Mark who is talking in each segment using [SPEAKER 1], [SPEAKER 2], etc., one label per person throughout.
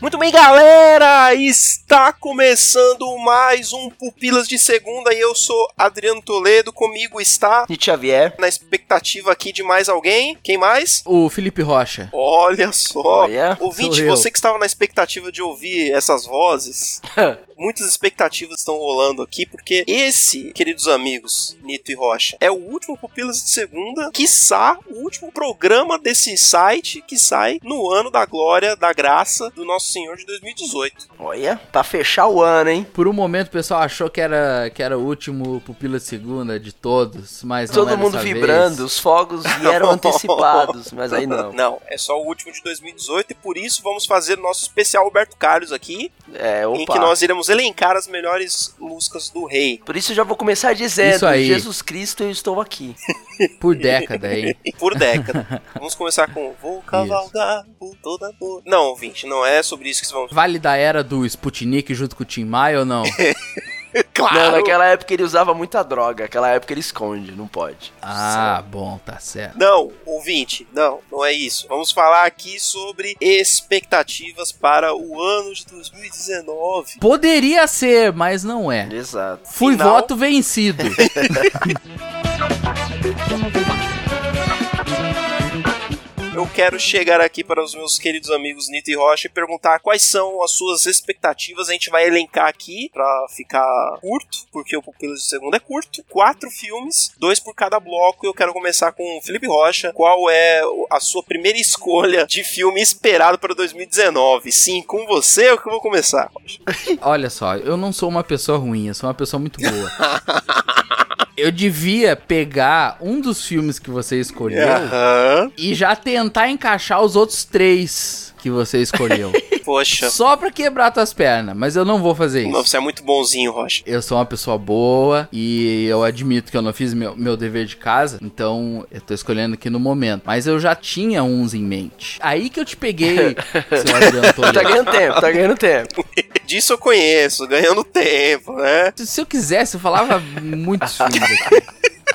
[SPEAKER 1] Muito bem, galera! Está começando mais um Pupilas de Segunda e eu sou Adriano Toledo. Comigo está,
[SPEAKER 2] de Xavier.
[SPEAKER 1] na expectativa aqui de mais alguém. Quem mais?
[SPEAKER 3] O Felipe Rocha.
[SPEAKER 1] Olha só!
[SPEAKER 2] Olha,
[SPEAKER 1] Ouvinte,
[SPEAKER 3] sou eu.
[SPEAKER 1] você que estava na expectativa de ouvir essas vozes, muitas expectativas estão rolando aqui, porque esse, queridos amigos, Nito e Rocha, é o último Pupilas de Segunda, quiçá o último programa desse site que sai no ano da glória, da graça do Nosso Senhor de 2018.
[SPEAKER 2] Olha, pra fechar o ano, hein?
[SPEAKER 3] Por um momento o pessoal achou que era, que era o último pupila de segunda de todos, mas não
[SPEAKER 2] Todo
[SPEAKER 3] era
[SPEAKER 2] mundo
[SPEAKER 3] dessa vez.
[SPEAKER 2] vibrando, os fogos vieram antecipados, mas aí não.
[SPEAKER 1] Não, é só o último de 2018 e por isso vamos fazer nosso especial Alberto Carlos aqui,
[SPEAKER 2] É,
[SPEAKER 1] em
[SPEAKER 2] opa.
[SPEAKER 1] que nós iremos elencar as melhores músicas do rei.
[SPEAKER 2] Por isso eu já vou começar dizendo,
[SPEAKER 3] Isso aí.
[SPEAKER 2] Jesus Cristo, eu estou aqui.
[SPEAKER 3] Por década, hein?
[SPEAKER 1] por década. Vamos começar com Vou cavalgar por toda a boa. Não, ouvinte, não é sobre isso que vamos.
[SPEAKER 3] Vale da era do Sputnik junto com o Tim Maia ou não? Ah,
[SPEAKER 1] Claro!
[SPEAKER 2] Não, naquela época ele usava muita droga, aquela época ele esconde, não pode.
[SPEAKER 3] Ah, bom, tá certo.
[SPEAKER 1] Não, ouvinte, não, não é isso. Vamos falar aqui sobre expectativas para o ano de 2019.
[SPEAKER 3] Poderia ser, mas não é.
[SPEAKER 2] Exato.
[SPEAKER 3] Fui
[SPEAKER 1] Final.
[SPEAKER 3] voto vencido.
[SPEAKER 1] Eu quero chegar aqui para os meus queridos amigos Nito e Rocha e perguntar quais são as suas expectativas. A gente vai elencar aqui para ficar curto, porque o Pupilas de Segunda é curto. Quatro filmes, dois por cada bloco. Eu quero começar com o Felipe Rocha. Qual é o- a sua primeira escolha de filme esperado para 2019? Sim, com você é que eu vou começar. Rocha.
[SPEAKER 3] Olha só, eu não sou uma pessoa ruim, eu sou uma pessoa muito boa. Eu devia pegar um dos filmes que você escolheu
[SPEAKER 2] É.
[SPEAKER 1] Aham.
[SPEAKER 3] e já tentar encaixar os outros três que você escolheu.
[SPEAKER 1] Poxa,
[SPEAKER 3] Só pra quebrar tuas pernas, mas eu não vou fazer
[SPEAKER 1] não,
[SPEAKER 3] isso.
[SPEAKER 1] você é muito bonzinho, Rocha.
[SPEAKER 3] Eu sou uma pessoa boa e eu admito que eu não fiz meu, meu dever de casa, então eu tô escolhendo aqui no momento. Mas eu já tinha uns em mente. Aí que eu te peguei, seu Adriano
[SPEAKER 2] Tá
[SPEAKER 3] Toledo.
[SPEAKER 2] ganhando tempo, tá ganhando tempo.
[SPEAKER 1] Disso eu conheço, ganhando tempo, né?
[SPEAKER 3] Se- Se eu quisesse, eu falava muitos filmes aqui.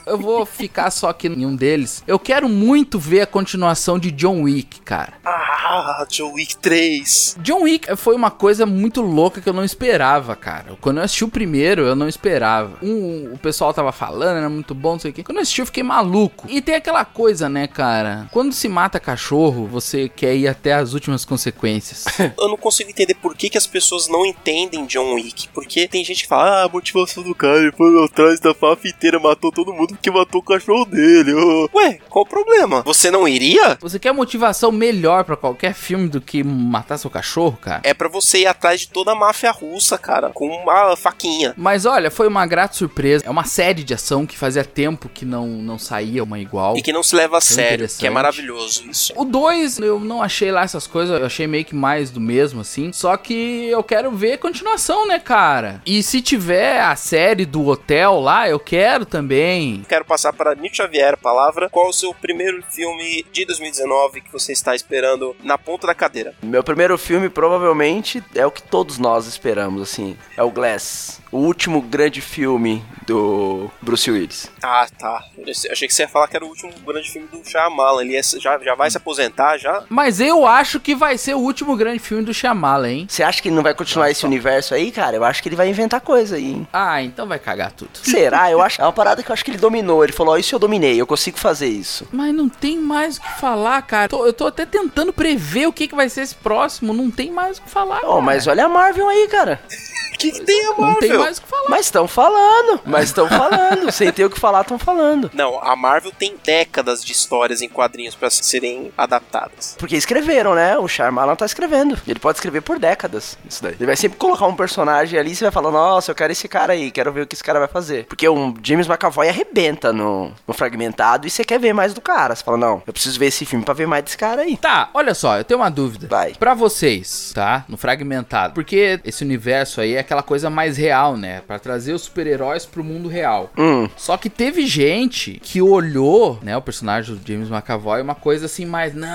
[SPEAKER 3] Eu vou ficar só aqui em um deles. Eu quero muito ver a continuação de John Wick, cara.
[SPEAKER 1] Ah, Joe Wick 3.
[SPEAKER 3] John Wick foi uma coisa muito louca que eu não esperava, cara. Quando eu assisti o primeiro, eu não esperava. Um, o pessoal tava falando, era muito bom, não sei o quê. Quando eu assisti, eu fiquei maluco. E tem aquela coisa, né, cara? Quando se mata cachorro, você quer ir até as últimas consequências.
[SPEAKER 1] eu não consigo entender por que, que as pessoas não entendem John Wick. Porque tem gente que fala, ah, a motivação do cara, ele foi atrás da fafa inteira, matou todo mundo porque matou o cachorro dele. ô." Ué, qual o problema? Você não iria?
[SPEAKER 3] você quer motivação melhor pra qualquer filme do que matar seu cachorro, cara?
[SPEAKER 1] É pra você ir atrás de toda a máfia russa, cara, com uma faquinha.
[SPEAKER 3] Mas olha, foi uma grata surpresa. É uma série de ação que fazia tempo que não, não saía uma igual.
[SPEAKER 1] E que não se leva a sério,
[SPEAKER 3] interessante.
[SPEAKER 1] que é maravilhoso isso.
[SPEAKER 3] O 2 eu não achei lá essas coisas, eu achei meio que mais do mesmo, assim. Só que eu quero ver a continuação, né, cara? E se tiver a série do hotel lá, eu quero também.
[SPEAKER 1] Quero passar para Nietzsche Xavier a palavra. Qual o seu primeiro filme de 2019 que você está esperando na ponta da cadeira?
[SPEAKER 2] Meu primeiro filme provavelmente é o que todos nós esperamos, assim. É o Glass. O último grande filme do Bruce Willis.
[SPEAKER 1] Ah, tá. Eu achei que você ia falar que era o último grande filme do Shyamalan. Ele ia se- já, já vai se aposentar, já?
[SPEAKER 3] Mas eu acho que vai ser o último grande filme do Shyamalan, hein?
[SPEAKER 2] Você acha que ele não vai continuar esse universo aí, cara? Eu acho que ele vai inventar coisa aí, hein?
[SPEAKER 3] Ah, então vai cagar tudo.
[SPEAKER 2] Será? Eu acho. É uma parada que eu acho que ele dominou. Ele falou: Ó, isso eu dominei, eu consigo fazer isso.
[SPEAKER 3] Mas não tem mais o que falar, cara. Tô- eu tô até tentando prever o que, que vai ser esse próximo. Não tem mais o que falar.
[SPEAKER 2] Ó,
[SPEAKER 3] cara.
[SPEAKER 2] mas olha a Marvel aí, cara.
[SPEAKER 1] O que, que tem a Marvel?
[SPEAKER 3] Não tem mais o que falar.
[SPEAKER 2] Mas estão falando, mas estão falando. Sem ter o que falar, estão falando.
[SPEAKER 1] Não, a Marvel tem décadas de histórias em quadrinhos pra serem adaptadas.
[SPEAKER 2] Porque escreveram, né? O Shyamalan tá escrevendo. Ele pode escrever por décadas isso daí. Ele vai sempre colocar um personagem ali e você vai falar, nossa, eu quero esse cara aí, quero ver o que esse cara vai fazer. Porque o James McAvoy arrebenta no, no fragmentado e você quer ver mais do cara. Você fala, não, eu preciso ver esse filme pra ver mais desse cara aí.
[SPEAKER 3] Tá, olha só, eu tenho uma dúvida.
[SPEAKER 2] Vai.
[SPEAKER 3] Pra vocês, tá? No fragmentado. Porque esse universo aí é aquela coisa mais real, né? Pra trazer os super-heróis pro mundo real.
[SPEAKER 2] Hum,
[SPEAKER 3] Só que teve gente que olhou, né, o personagem do James McAvoy, uma coisa assim, mas não,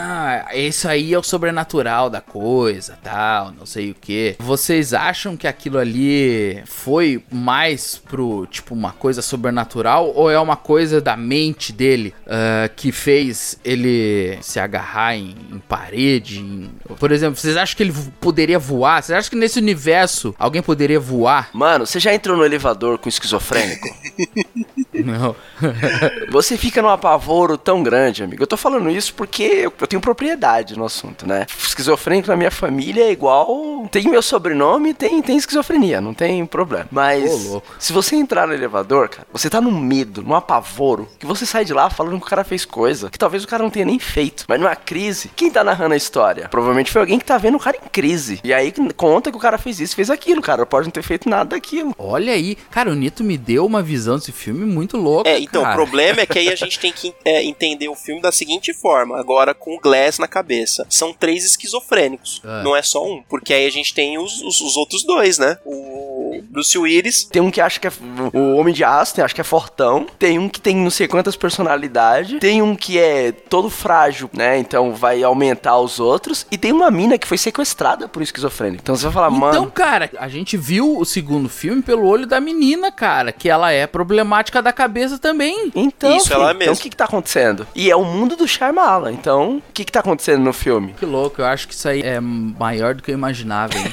[SPEAKER 3] isso aí é o sobrenatural da coisa, tal, não sei o que. Vocês acham que aquilo ali foi mais pro, tipo, uma coisa sobrenatural ou é uma coisa da mente dele ah, que fez ele se agarrar em, em parede? em- Por exemplo, vocês acham que ele vo- poderia voar? Vocês acham que nesse universo alguém poderia voar?
[SPEAKER 2] mano, você já entrou no elevador com esquizofrênico?
[SPEAKER 3] Não.
[SPEAKER 2] Você fica num apavoro tão grande, amigo. Eu tô falando isso porque eu eu tenho propriedade no assunto, né? Esquizofrênico na minha família é igual. Tem meu sobrenome, tem, tem esquizofrenia, não tem problema. Mas
[SPEAKER 3] Ô, louco.
[SPEAKER 2] se você entrar no elevador, cara, você tá num medo, num apavoro, que você sai de lá falando que o cara fez coisa que talvez o cara não tenha nem feito. Mas numa crise, quem tá narrando a história? Provavelmente foi alguém que tá vendo o cara em crise. E aí conta que o cara fez isso, fez aquilo, cara. Pode não ter feito nada daquilo.
[SPEAKER 3] Olha aí, cara, o Nito me deu uma visão desse filme muito louca.
[SPEAKER 1] É, então,
[SPEAKER 3] cara.
[SPEAKER 1] o problema é que aí a gente tem que é, entender o filme da seguinte forma, agora com o Glass na cabeça. São três esquizofrênicos,
[SPEAKER 3] É.
[SPEAKER 1] não é só um. Porque aí a gente tem os, os- os outros dois, né? O Bruce Willis
[SPEAKER 2] Tem um que acha que é f- o Homem de Aço, tem, acho que é fortão. Tem um que tem não sei quantas personalidades. Tem um que é todo frágil, né? Então vai aumentar os outros. E tem uma mina que foi sequestrada por um esquizofrênico. Então você vai falar,
[SPEAKER 3] Então,
[SPEAKER 2] mano.
[SPEAKER 3] cara, a gente viu o segundo filme pelo olho da menina, cara, que ela é problemática da cabeça também.
[SPEAKER 2] Então,
[SPEAKER 1] Isso, ela é
[SPEAKER 2] então o
[SPEAKER 1] mesmo.
[SPEAKER 2] que, que tá acontecendo? E é o mundo do Shyamalan. Então, o que, que tá acontecendo no filme?
[SPEAKER 3] Que louco, eu acho que isso aí é maior do que eu imaginava, hein?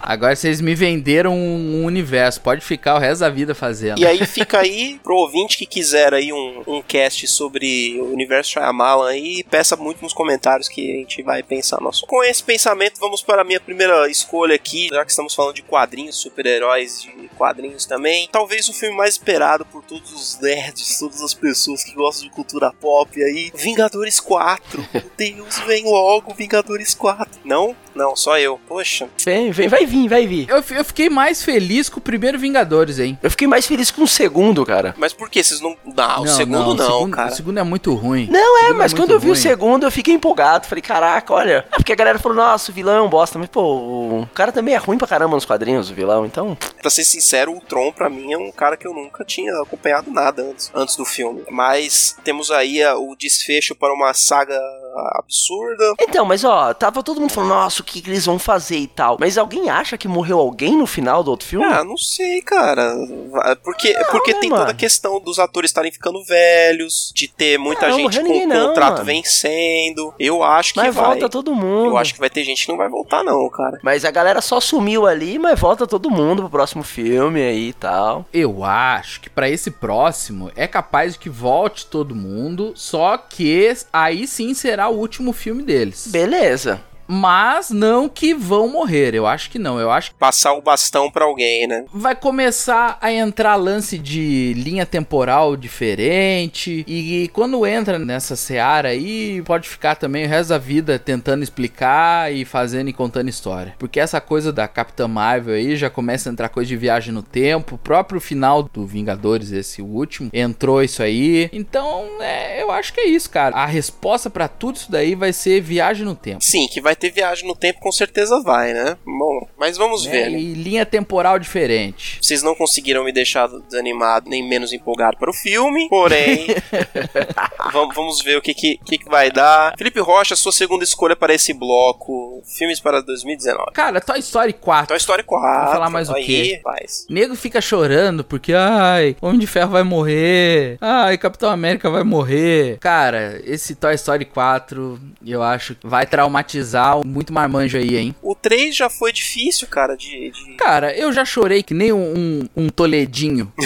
[SPEAKER 3] Agora vocês me venderam um universo, pode ficar o resto da vida fazendo.
[SPEAKER 1] E aí fica aí pro ouvinte que quiser aí um, um cast sobre o universo Shyamalan aí, peça muito nos comentários que a gente vai pensar nosso. Com esse pensamento, vamos para a minha primeira escolha aqui, já que estamos falando de quadrinhos, super-heróis de quadrinhos também. Talvez o filme mais esperado por todos os nerds, todas as pessoas que gostam de cultura pop aí, Vingadores 4. Meu Deus, vem logo Vingadores 4. Não? Não, só eu. Poxa.
[SPEAKER 2] Vem, vem, vai vir, vai vir.
[SPEAKER 3] Eu, fi- eu fiquei mais feliz com o primeiro Vingadores, hein?
[SPEAKER 2] Eu fiquei mais feliz com o segundo, cara.
[SPEAKER 1] Mas por que vocês não. Não, Ah, o segundo não,
[SPEAKER 3] segundo-
[SPEAKER 1] cara.
[SPEAKER 3] O segundo é muito ruim.
[SPEAKER 2] Não, é,
[SPEAKER 3] Segundo
[SPEAKER 2] mas
[SPEAKER 3] é
[SPEAKER 2] quando
[SPEAKER 3] muito
[SPEAKER 2] eu vi o
[SPEAKER 3] ruim.
[SPEAKER 2] segundo, eu fiquei empolgado. Falei, caraca, olha. É porque a galera falou, nossa, o vilão é um bosta. Mas, pô, o cara também é ruim pra caramba nos quadrinhos, o vilão. Então,
[SPEAKER 1] Pra ser sincero, o Tron pra mim é um cara que eu nunca tinha acompanhado nada antes, antes do filme. Mas temos aí ah, o desfecho para uma saga absurda.
[SPEAKER 2] Então, mas ó, tava todo mundo falando, nossa, o que, que eles vão fazer e tal. Mas alguém acha que morreu alguém no final do outro filme?
[SPEAKER 1] Ah, não sei, cara. Va- Porque, porque
[SPEAKER 2] né,
[SPEAKER 1] tem toda a
[SPEAKER 2] mano?
[SPEAKER 1] questão dos atores estarem ficando velhos, de ter muita
[SPEAKER 2] Não,
[SPEAKER 1] gente
[SPEAKER 2] morreu
[SPEAKER 1] com
[SPEAKER 2] ninguém
[SPEAKER 1] o
[SPEAKER 2] não,
[SPEAKER 1] contrato
[SPEAKER 2] mano.
[SPEAKER 1] vencendo. Eu acho que
[SPEAKER 2] mas
[SPEAKER 1] vai.
[SPEAKER 2] volta todo mundo.
[SPEAKER 1] Eu acho que vai ter gente que não vai voltar, não, cara.
[SPEAKER 2] Mas a galera só sumiu ali, mas volta todo mundo pro próximo filme aí e tal.
[SPEAKER 3] Eu acho que pra esse próximo é capaz de que volte todo mundo, só que aí sim será o último filme deles.
[SPEAKER 2] Beleza.
[SPEAKER 3] Mas não que vão morrer, eu acho que não. Eu acho que
[SPEAKER 1] Passar o bastão pra alguém, né?
[SPEAKER 3] vai começar a entrar lance de linha temporal diferente. E quando entra nessa seara aí, pode ficar também o resto da vida tentando explicar e fazendo e contando história. Porque essa coisa da Capitã Marvel aí já começa a entrar coisa de viagem no tempo. O próprio final do Vingadores, esse último, entrou isso aí. Então, é, eu acho que é isso, cara. A resposta pra tudo isso daí vai ser viagem no tempo.
[SPEAKER 1] Sim, que vai ter viagem no tempo, com certeza vai, né? Bom, mas vamos
[SPEAKER 2] É
[SPEAKER 3] né?
[SPEAKER 1] ver. né?
[SPEAKER 3] E linha temporal diferente.
[SPEAKER 1] Vocês não conseguiram me deixar desanimado nem menos empolgado para o filme, porém. vam- vamos ver o que, que, que que vai dar. Felipe Rocha, sua segunda escolha para esse bloco: filmes para 2019.
[SPEAKER 3] Cara, Toy Story 4.
[SPEAKER 1] Então, história 4.
[SPEAKER 3] Vou falar mais o
[SPEAKER 1] aí,
[SPEAKER 3] quê?
[SPEAKER 1] Rapaz.
[SPEAKER 3] Nego fica chorando porque, ai, Homem de Ferro vai morrer. Ai, Capitão América vai morrer. Cara, esse Toy Story 4, eu acho que vai traumatizar um muito marmanjo aí, hein?
[SPEAKER 1] O 3 já foi difícil, cara, de. de-
[SPEAKER 3] Cara, eu já chorei que nem um, um, um Toledinho.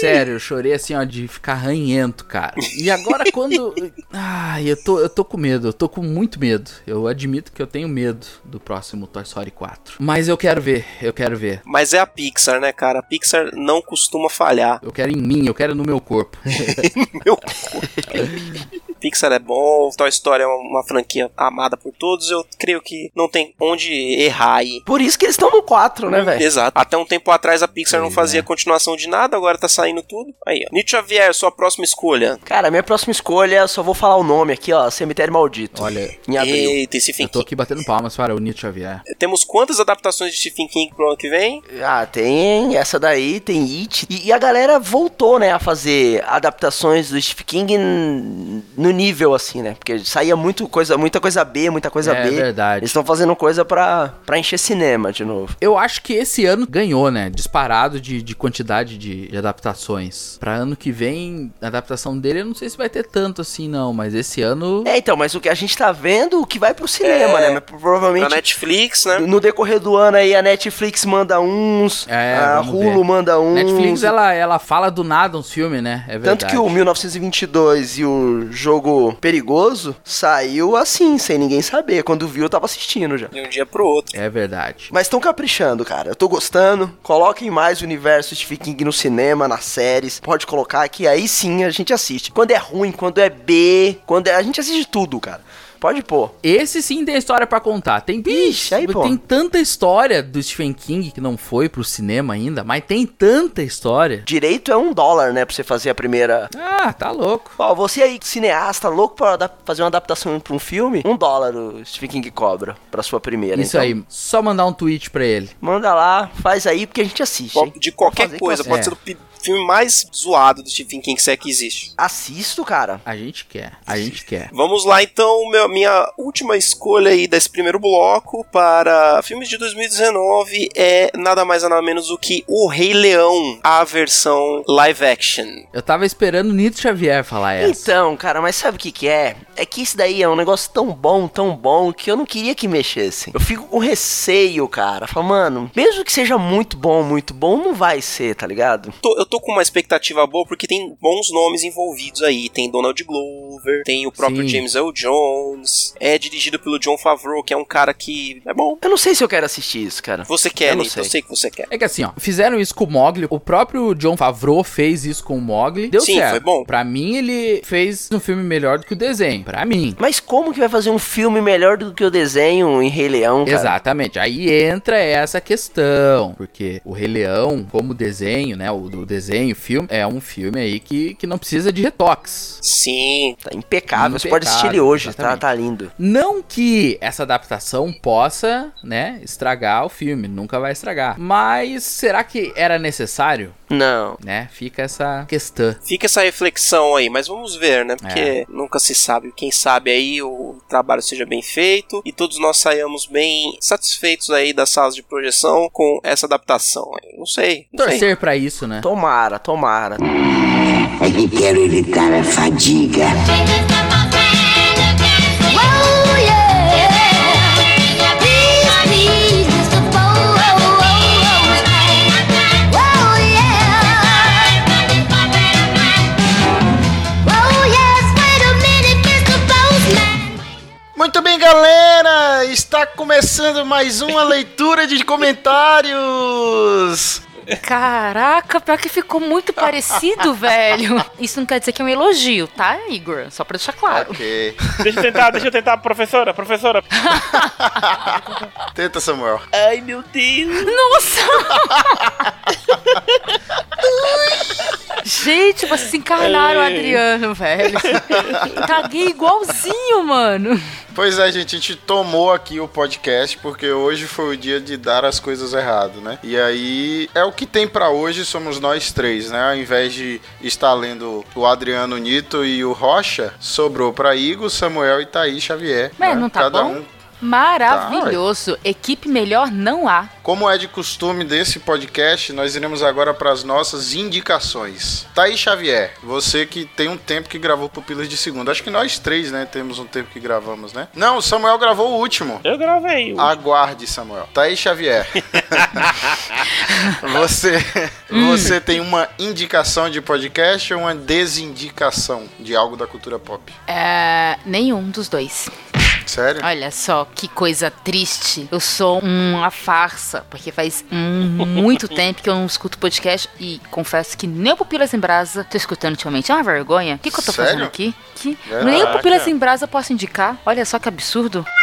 [SPEAKER 3] Sério, eu chorei assim, ó, de ficar ranhento, cara. E agora quando. Ai, eu tô, eu tô com medo, eu tô com muito medo. Eu admito que eu tenho medo do próximo Toy Story 4. Mas eu quero ver, eu quero ver.
[SPEAKER 1] Mas é a Pixar, né, cara? A Pixar não costuma falhar.
[SPEAKER 3] Eu quero em mim, eu quero no meu corpo.
[SPEAKER 1] Meu cu. Pixar é bom, Toy Story é uma, uma franquia amada por todos. Eu creio que não tem onde errar aí.
[SPEAKER 2] Por isso que eles estão no 4, né, velho?
[SPEAKER 1] Exato. Até um tempo atrás a Pixar não
[SPEAKER 3] Pois
[SPEAKER 1] fazia
[SPEAKER 3] é.
[SPEAKER 1] continuação de nada, agora tá saindo tudo. Aí, ó. Nietzsche Xavier, sua próxima escolha.
[SPEAKER 2] Cara, minha próxima escolha, só vou falar o nome aqui, ó. Cemitério Maldito.
[SPEAKER 3] Olha,
[SPEAKER 2] Em abril.
[SPEAKER 1] Eita, esse
[SPEAKER 3] eu
[SPEAKER 1] Stephen
[SPEAKER 3] tô
[SPEAKER 1] King.
[SPEAKER 3] aqui batendo palmas para o Nietzsche Xavier.
[SPEAKER 1] Temos quantas adaptações de Stephen King pro ano que vem?
[SPEAKER 2] Ah, tem essa daí, tem It. E, e a galera voltou, né, a fazer adaptações do Stephen King n- no nível, assim, né? Porque saía muito coisa, muita coisa B, muita coisa
[SPEAKER 3] É
[SPEAKER 2] B.
[SPEAKER 3] verdade.
[SPEAKER 2] Eles estão fazendo coisa pra, pra encher cinema de novo.
[SPEAKER 3] Eu acho que esse ano ganhou, né? Disparado de, de quantidade de, de adaptações. Pra ano que vem, a adaptação dele, eu não sei se vai ter tanto assim, não. Mas esse ano.
[SPEAKER 2] É, então, mas o que a gente tá vendo, o que vai pro cinema,
[SPEAKER 1] É.
[SPEAKER 2] né? Mas provavelmente
[SPEAKER 1] Na Netflix, né?
[SPEAKER 2] no decorrer do ano aí a Netflix manda uns,
[SPEAKER 3] É,
[SPEAKER 2] a
[SPEAKER 3] vamos ver.
[SPEAKER 2] Hulu manda uns.
[SPEAKER 3] Netflix, ela, ela fala do nada uns filmes, né? É verdade.
[SPEAKER 2] um Tanto que o 1922 e o jogo Perigoso saiu assim, sem ninguém saber. Quando viu, eu tava assistindo já.
[SPEAKER 1] De um dia pro outro.
[SPEAKER 3] É verdade.
[SPEAKER 2] Mas estão caprichando, cara. Eu tô gostando. Coloquem mais o universo de King no cinema, nas séries. Pode colocar que aí sim a gente assiste. Quando é ruim, quando é B, quando é. A gente assiste tudo, cara. Pode pôr.
[SPEAKER 3] Esse sim tem história pra contar. Tem
[SPEAKER 2] Ixi, aí, pô.
[SPEAKER 3] tem tanta história do Stephen King que não foi pro cinema ainda, mas tem tanta história.
[SPEAKER 2] Direito é um dólar, né? Pra você fazer a primeira.
[SPEAKER 3] Ah, tá louco.
[SPEAKER 2] Ó, você aí, cineasta, louco pra adap- fazer uma adaptação pra um filme, um dólar o Stephen King cobra pra sua primeira.
[SPEAKER 3] Isso é
[SPEAKER 2] então.
[SPEAKER 3] aí, só mandar um tweet pra ele.
[SPEAKER 2] Manda lá, faz aí, porque a gente assiste. hein?
[SPEAKER 1] De
[SPEAKER 2] Vou
[SPEAKER 1] qualquer
[SPEAKER 2] fazer
[SPEAKER 1] coisa.
[SPEAKER 2] com
[SPEAKER 1] Pode
[SPEAKER 3] é.
[SPEAKER 1] ser o pi- filme mais zoado do Stephen King que se é que existe.
[SPEAKER 2] Assisto, cara.
[SPEAKER 3] A gente quer, a gente quer.
[SPEAKER 1] Vamos lá então, meu- minha última escolha aí desse primeiro bloco para filmes de 2019 é nada mais nada menos do que O Rei Leão, a versão live action.
[SPEAKER 3] Eu tava esperando o Nietzsche Xavier falar essa.
[SPEAKER 2] Então, cara, mas sabe o que que é? É que isso daí é um negócio tão bom, tão bom, que eu não queria que mexessem. Eu fico com receio, cara. Falo, mano, mesmo que seja muito bom, muito bom, não vai ser, tá ligado?
[SPEAKER 1] Tô- eu tô com uma expectativa boa porque tem bons nomes envolvidos aí. Tem Donald Glover, tem o próprio
[SPEAKER 3] Sim.
[SPEAKER 1] James L. Jones, é dirigido pelo John Favreau, que é um cara que é bom.
[SPEAKER 2] Eu não sei se eu quero assistir isso, cara.
[SPEAKER 1] Você quer,
[SPEAKER 2] Eu não
[SPEAKER 1] Nito,
[SPEAKER 2] sei.
[SPEAKER 1] eu sei que você quer.
[SPEAKER 3] É que assim, ó, fizeram isso com o Mogli, o próprio John Favreau fez isso com o Mogli, deu
[SPEAKER 1] Sim,
[SPEAKER 3] certo.
[SPEAKER 1] foi bom.
[SPEAKER 3] Pra mim, ele fez um filme melhor do que o desenho, pra mim.
[SPEAKER 2] Mas como que vai fazer um filme melhor do que o desenho em Rei Leão, cara?
[SPEAKER 3] Exatamente, aí entra essa questão, porque o Rei Leão, como desenho, né, o do desenho, filme, é um filme aí que, que não precisa de retoques.
[SPEAKER 1] Sim,
[SPEAKER 2] Tá impecável. Você pode
[SPEAKER 3] Impecável,
[SPEAKER 2] assistir ele hoje, tá,
[SPEAKER 3] exatamente.
[SPEAKER 2] tá lindo.
[SPEAKER 3] Não que essa adaptação possa, né, estragar o filme, nunca vai estragar. Mas será que era necessário,
[SPEAKER 2] Não.
[SPEAKER 3] né? Fica essa questão.
[SPEAKER 1] Fica essa reflexão aí, mas vamos ver, né? Porque
[SPEAKER 3] É.
[SPEAKER 1] nunca se sabe. Quem sabe aí o trabalho seja bem feito e todos nós saiamos bem satisfeitos aí das salas de projeção com essa adaptação. aí. Não sei. Não sei.
[SPEAKER 3] Torcer pra isso, né?
[SPEAKER 2] Tomara, tomara.
[SPEAKER 4] É que quero evitar a fadiga.
[SPEAKER 5] Muito bem, galera! Está começando mais uma leitura de comentários!
[SPEAKER 6] Caraca, pior que ficou muito parecido, velho. Isso não quer dizer que é um elogio, tá, Igor? Só pra deixar claro.
[SPEAKER 5] Ok.
[SPEAKER 7] Deixa eu tentar, deixa eu tentar, professora, professora.
[SPEAKER 5] Tenta, Samuel.
[SPEAKER 2] Ai, meu Deus.
[SPEAKER 6] Nossa! Gente, vocês encarnaram o Adriano, velho. Caguei igualzinho, mano.
[SPEAKER 5] Pois é, gente, a gente tomou aqui o podcast porque hoje foi o dia de dar as coisas errado, né? E aí é o que tem pra hoje, somos nós três, né? Ao invés de estar lendo o Adriano Nito e o Rocha, sobrou pra Igor, Samuel e Thaís Xavier.
[SPEAKER 6] Mas
[SPEAKER 5] né?
[SPEAKER 6] não tá
[SPEAKER 5] Cada
[SPEAKER 6] bom?
[SPEAKER 5] um
[SPEAKER 6] Maravilhoso. Equipe melhor não há.
[SPEAKER 5] Como é de costume desse podcast, nós iremos agora para as nossas indicações. Thaís Xavier, você que tem um tempo que gravou Pupilas de Segunda. Acho que nós três, né, temos um tempo que gravamos, né? Não, o Samuel gravou o último.
[SPEAKER 7] Eu gravei. o-
[SPEAKER 5] Aguarde, Samuel. Thaís Xavier. você
[SPEAKER 7] Hum.
[SPEAKER 5] você tem uma indicação de podcast ou uma desindicação de algo da cultura pop?
[SPEAKER 6] É, nenhum dos dois.
[SPEAKER 5] Sério?
[SPEAKER 6] Olha só que coisa triste. Eu sou uma farsa, porque faz hum, muito tempo que eu não escuto podcast e confesso que nem o Pupilas em Brasa tô escutando ultimamente. É uma vergonha. O que, que eu tô
[SPEAKER 5] Sério?
[SPEAKER 6] fazendo aqui? Que...
[SPEAKER 5] Caraca.
[SPEAKER 6] Nem o Pupilas em Brasa eu posso indicar. Olha só que absurdo.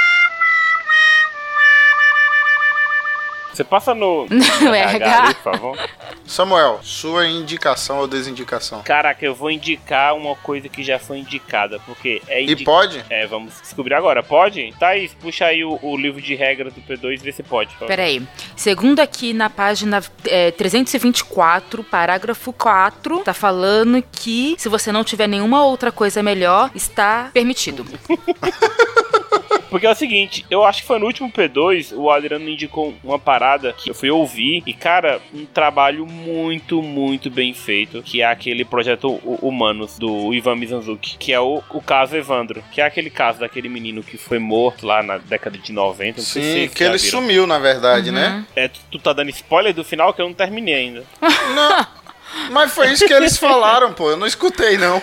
[SPEAKER 7] Você passa no.
[SPEAKER 6] Não é,
[SPEAKER 7] RH, por favor.
[SPEAKER 5] Samuel, sua indicação ou desindicação?
[SPEAKER 7] Caraca, eu vou indicar uma coisa que já foi indicada, porque é
[SPEAKER 5] E
[SPEAKER 7] indicada.
[SPEAKER 5] pode?
[SPEAKER 7] É, vamos descobrir agora. Pode? Thaís, puxa aí o, o livro de regras do P2 e vê se pode. por favor.
[SPEAKER 6] Peraí. Segundo aqui na página é, 324, parágrafo 4, tá falando que se você não tiver nenhuma outra coisa melhor, está permitido.
[SPEAKER 7] Porque é o seguinte, eu acho que foi no último P2, o Adriano indicou uma parada que eu fui ouvir. E, cara, um trabalho muito, muito bem feito. Que é aquele projeto Hu- Humanos, do Ivan Mizanzuki. Que é o, o caso Evandro. Que é aquele caso daquele menino que foi morto lá na década de 90. Não sei se
[SPEAKER 5] Sim,
[SPEAKER 7] vocês
[SPEAKER 5] que
[SPEAKER 7] já
[SPEAKER 5] ele
[SPEAKER 7] viram.
[SPEAKER 5] sumiu, na verdade, né?
[SPEAKER 7] É, tu, tu tá dando spoiler do final que eu não terminei ainda.
[SPEAKER 5] Mas foi isso que eles falaram, pô. Eu não escutei, não.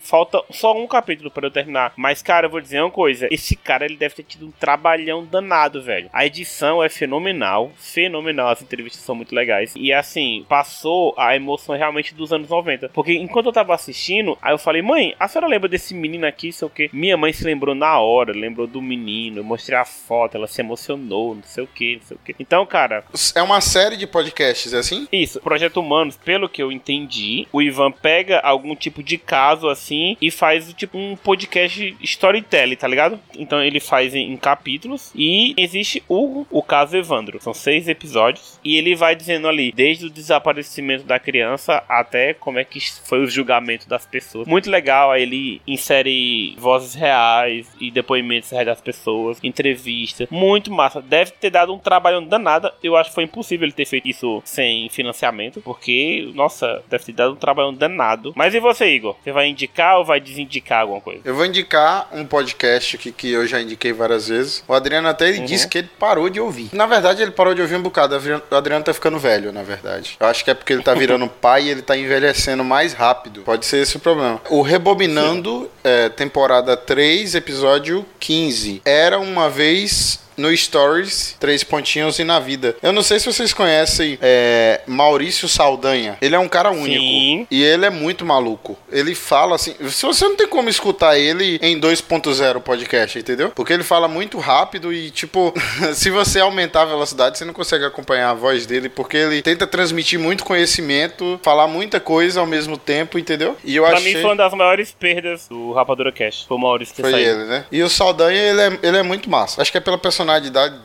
[SPEAKER 7] Falta só um capítulo pra eu terminar. Mas, cara, eu vou dizer uma coisa. Esse cara, ele deve ter tido um trabalhão danado, velho. A edição é fenomenal. Fenomenal. As entrevistas são muito legais. E, assim, passou a emoção realmente dos anos 90. Porque enquanto eu tava assistindo, aí eu falei, mãe, a senhora lembra desse menino aqui, sei o quê? Minha mãe se lembrou na hora, lembrou do menino. Eu mostrei a foto, ela se emocionou, não sei o quê, não sei o quê. Então, cara,
[SPEAKER 5] É uma série de podcasts, é assim?
[SPEAKER 7] isso, Projeto Humanos, pelo que eu entendi, o Ivan pega algum tipo de caso assim e faz tipo um podcast storytelling, tá ligado? Então ele faz em, em capítulos e existe o, o caso Evandro. São seis episódios e ele vai dizendo ali, desde o desaparecimento da criança até como é que foi o julgamento das pessoas. Muito legal, aí ele insere vozes reais e depoimentos reais das pessoas, entrevista. Muito massa. Deve ter dado um trabalhão danado. Eu acho que foi impossível ele ter feito isso sem financiamento, porque, nossa, deve ter dado um trabalhão danado. Mas e você, Igor? Você vai indicar ou vai desindicar alguma coisa?
[SPEAKER 5] Eu vou indicar um podcast aqui que eu já indiquei várias vezes. O Adriano até ele disse que ele parou de ouvir. Na verdade, ele parou de ouvir um bocado. O Adriano- O Adriano tá ficando velho, na verdade. Eu acho que é porque ele tá virando pai e ele tá envelhecendo mais rápido. Pode ser esse o problema. O Rebobinando, é, temporada 3, episódio 15. Era uma vez no Stories, três pontinhos e na vida. Eu não sei se vocês conhecem é, Maurício Saldanha. Ele é um cara único.
[SPEAKER 7] Sim.
[SPEAKER 5] E ele é muito maluco. Ele fala assim. Se você não tem como escutar ele em 2.0 podcast, entendeu? Porque ele fala muito rápido e, tipo, se você aumentar a velocidade, você não consegue acompanhar a voz dele. Porque ele tenta transmitir muito conhecimento, falar muita coisa ao mesmo tempo, entendeu? E eu
[SPEAKER 7] Pra
[SPEAKER 5] achei.
[SPEAKER 7] mim foi uma das maiores perdas do Rapadura Cash. Foi o Maurício ter
[SPEAKER 5] Foi
[SPEAKER 7] saído.
[SPEAKER 5] ele, né? E o Saldanha, ele é, ele é muito massa. Acho que é pela personalidade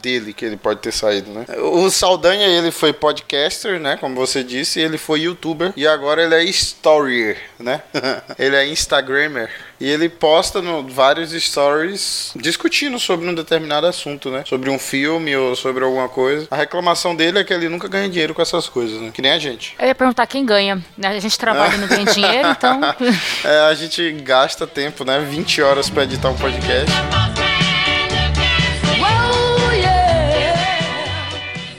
[SPEAKER 5] dele que ele pode ter saído, né? O Saldanha, ele foi podcaster, né? Como você disse, ele foi youtuber e agora ele é storyer, né? ele é instagrammer. E ele posta no, vários stories discutindo sobre um determinado assunto, né? Sobre um filme ou sobre alguma coisa. A reclamação dele é que ele nunca ganha dinheiro com essas coisas, né? Que nem a gente.
[SPEAKER 6] Eu ia perguntar quem ganha. né? A gente trabalha e não ganha dinheiro, então.
[SPEAKER 5] É, a gente gasta tempo, né? 20 horas pra editar um podcast.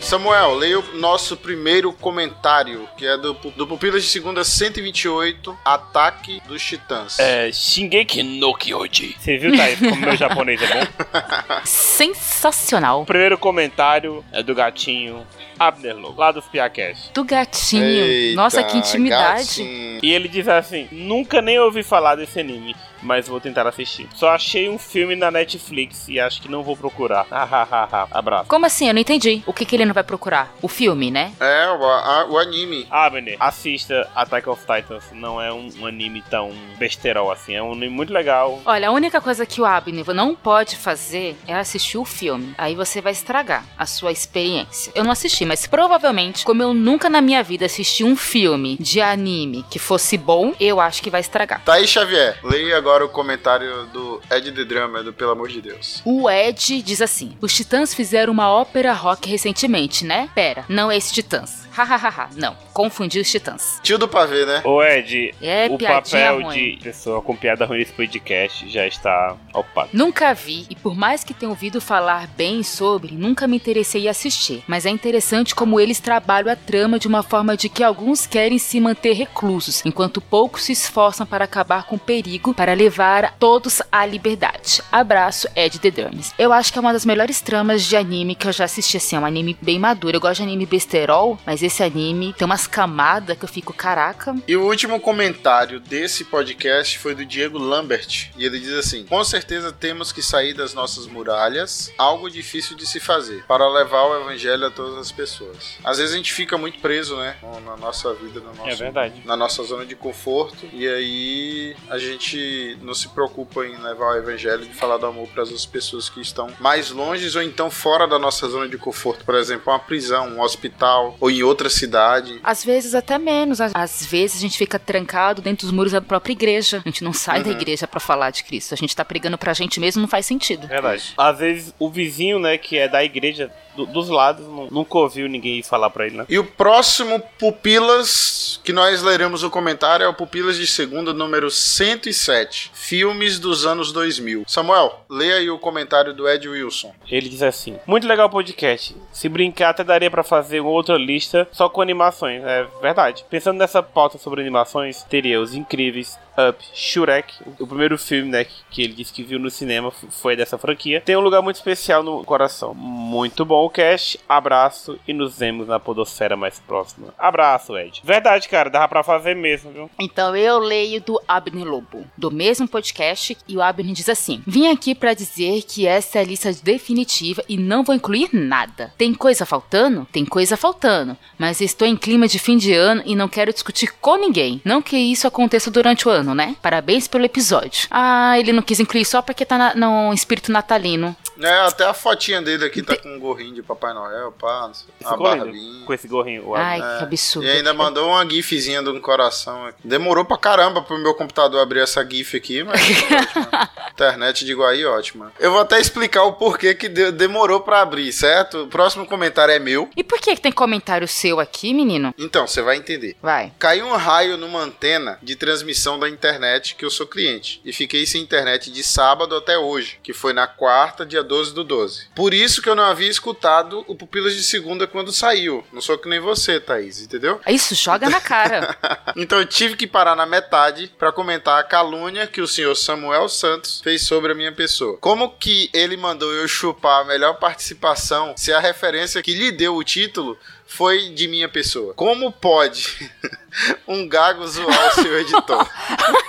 [SPEAKER 5] Samuel, leia o nosso primeiro comentário, que é do, do Pupilas de Segunda 128, Ataque dos Titãs.
[SPEAKER 7] É, Shingeki no Kyoji. Você viu, Thaís, como meu japonês é bom? O
[SPEAKER 6] Sensacional.
[SPEAKER 7] primeiro comentário é do gatinho Abner Lobo, lá do Piacast.
[SPEAKER 6] Do gatinho. Nossa, que intimidade.
[SPEAKER 5] gatinho.
[SPEAKER 7] E ele diz assim: Nunca nem ouvi falar desse anime, mas vou tentar assistir. Só achei um filme na Netflix e acho que não vou procurar. Hahaha, abraço.
[SPEAKER 6] Como assim? Eu não entendi. O que, que ele não vai procurar? O filme, né?
[SPEAKER 5] É, o, a- o anime.
[SPEAKER 7] Abner, assista Attack of Titans. Não é um, um anime tão besterol assim. É um anime muito legal.
[SPEAKER 6] Olha, a única coisa que o Abner não pode fazer é assistir o filme. Aí você vai estragar a sua experiência. Eu não assisti, mas provavelmente, como eu nunca na minha vida assisti um filme de anime que fosse bom, eu acho que vai estragar.
[SPEAKER 5] Thaís Xavier, leia agora o comentário do Ed The Drama, do Pelo Amor de Deus.
[SPEAKER 6] O Ed diz assim: Os Titãs fizeram uma ópera rock recentemente, né? Pera, não é esse Titãs. Hahaha, não. Confundi os Titãs.
[SPEAKER 5] Tio do pavê, né?
[SPEAKER 7] Ô Ed,
[SPEAKER 6] É
[SPEAKER 7] o
[SPEAKER 6] piadinha
[SPEAKER 7] papel
[SPEAKER 6] ruim.
[SPEAKER 7] de pessoa com piada ruim nesse podcast já está ocupado.
[SPEAKER 6] Nunca vi, e por mais que tenha ouvido falar bem sobre, nunca me interessei em assistir. Mas é interessante como eles trabalham a trama de uma forma de que alguns querem se manter reclusos, enquanto poucos se esforçam para acabar com o perigo, para levar todos à liberdade. Abraço, Ed The Dermes. Eu acho que é uma das melhores tramas de anime que eu já assisti, assim, é um anime bem maduro. Eu gosto de anime besterol, mas esse anime tem umas camadas que eu fico, caraca,
[SPEAKER 5] E o último comentário desse podcast foi do Diego Lambert. E ele diz assim: Com certeza temos que sair das nossas muralhas, algo difícil de se fazer, para levar o evangelho a todas as pessoas. Às vezes a gente fica muito preso, né? Na nossa vida, no nosso
[SPEAKER 7] É verdade.
[SPEAKER 5] na nossa zona de conforto e aí a gente não se preocupa em levar o evangelho de falar do amor para as pessoas que estão mais longe ou então fora da nossa zona de conforto, por exemplo, uma prisão, um hospital ou em outra cidade.
[SPEAKER 6] Às vezes até menos. Às- Às vezes a gente fica trancado dentro dos muros da própria igreja. A gente não sai da igreja pra falar de Cristo. A gente tá pregando pra gente mesmo, não faz sentido.
[SPEAKER 7] Verdade. Às vezes o vizinho, né, que é da igreja do- dos lados, nu- nunca ouviu ninguém falar pra ele, né?
[SPEAKER 5] E o próximo Pupilas que nós leremos o comentário é o Pupilas de Segunda, número 107, filmes dos anos 2000. Samuel, leia aí o comentário do Ed Wilson.
[SPEAKER 7] Ele diz assim: Muito legal o podcast. Se brincar, até daria pra fazer uma outra lista só com animações. É verdade. Pensando nessa pauta sobre animações, teria Os Incríveis, Up, Shurek, o primeiro filme, né, que- que ele disse que viu no cinema f- foi dessa franquia. Tem um lugar muito especial no coração. Muito bom o cast. Abraço e nos vemos na podosfera mais próxima. Abraço, Ed. Verdade, cara, dava pra fazer mesmo, viu?
[SPEAKER 6] Então eu leio do Abner Lobo, do mesmo podcast, e o Abner diz assim: Vim aqui pra dizer que essa é a lista definitiva e não vou incluir nada. Tem coisa faltando? Tem coisa faltando, mas estou em clima de fim de ano e não quero discutir com ninguém. Não que isso aconteça durante o ano, né? Parabéns pelo episódio. Ah, ele não quis incluir só porque tá na, no espírito natalino.
[SPEAKER 5] É, até a fotinha dele aqui tá com um gorrinho de Papai Noel, pá, não sei, uma
[SPEAKER 7] Ficou lindo
[SPEAKER 5] barbinha.
[SPEAKER 7] com esse gorrinho. o
[SPEAKER 6] Ai,
[SPEAKER 7] Abner.
[SPEAKER 6] que absurdo.
[SPEAKER 5] É. E ainda mandou uma gifzinha de um coração aqui. Demorou pra caramba pro meu computador abrir essa gif aqui, mas. ótima. Internet de Guaí, ótima. Eu vou até explicar o porquê que de- demorou pra abrir, certo? O próximo comentário é meu.
[SPEAKER 6] E por que, que tem comentário seu aqui, menino?
[SPEAKER 5] Então, você vai entender.
[SPEAKER 6] Vai.
[SPEAKER 5] Caiu um raio numa antena de transmissão da internet que eu sou cliente e fiquei sem internet de sábado até hoje, que foi na quarta, dia 12 do 12. Por isso que eu não havia escutado o Pupilas de Segunda quando saiu. Não sou que nem você, Thaís, entendeu?
[SPEAKER 6] Isso, joga na cara.
[SPEAKER 5] Então eu tive que parar na metade pra comentar a calúnia que o senhor Samuel Santos fez sobre a minha pessoa. Como que ele mandou eu chupar a melhor participação se a referência que lhe deu o título foi de minha pessoa? Como pode um gago zoar o seu editor?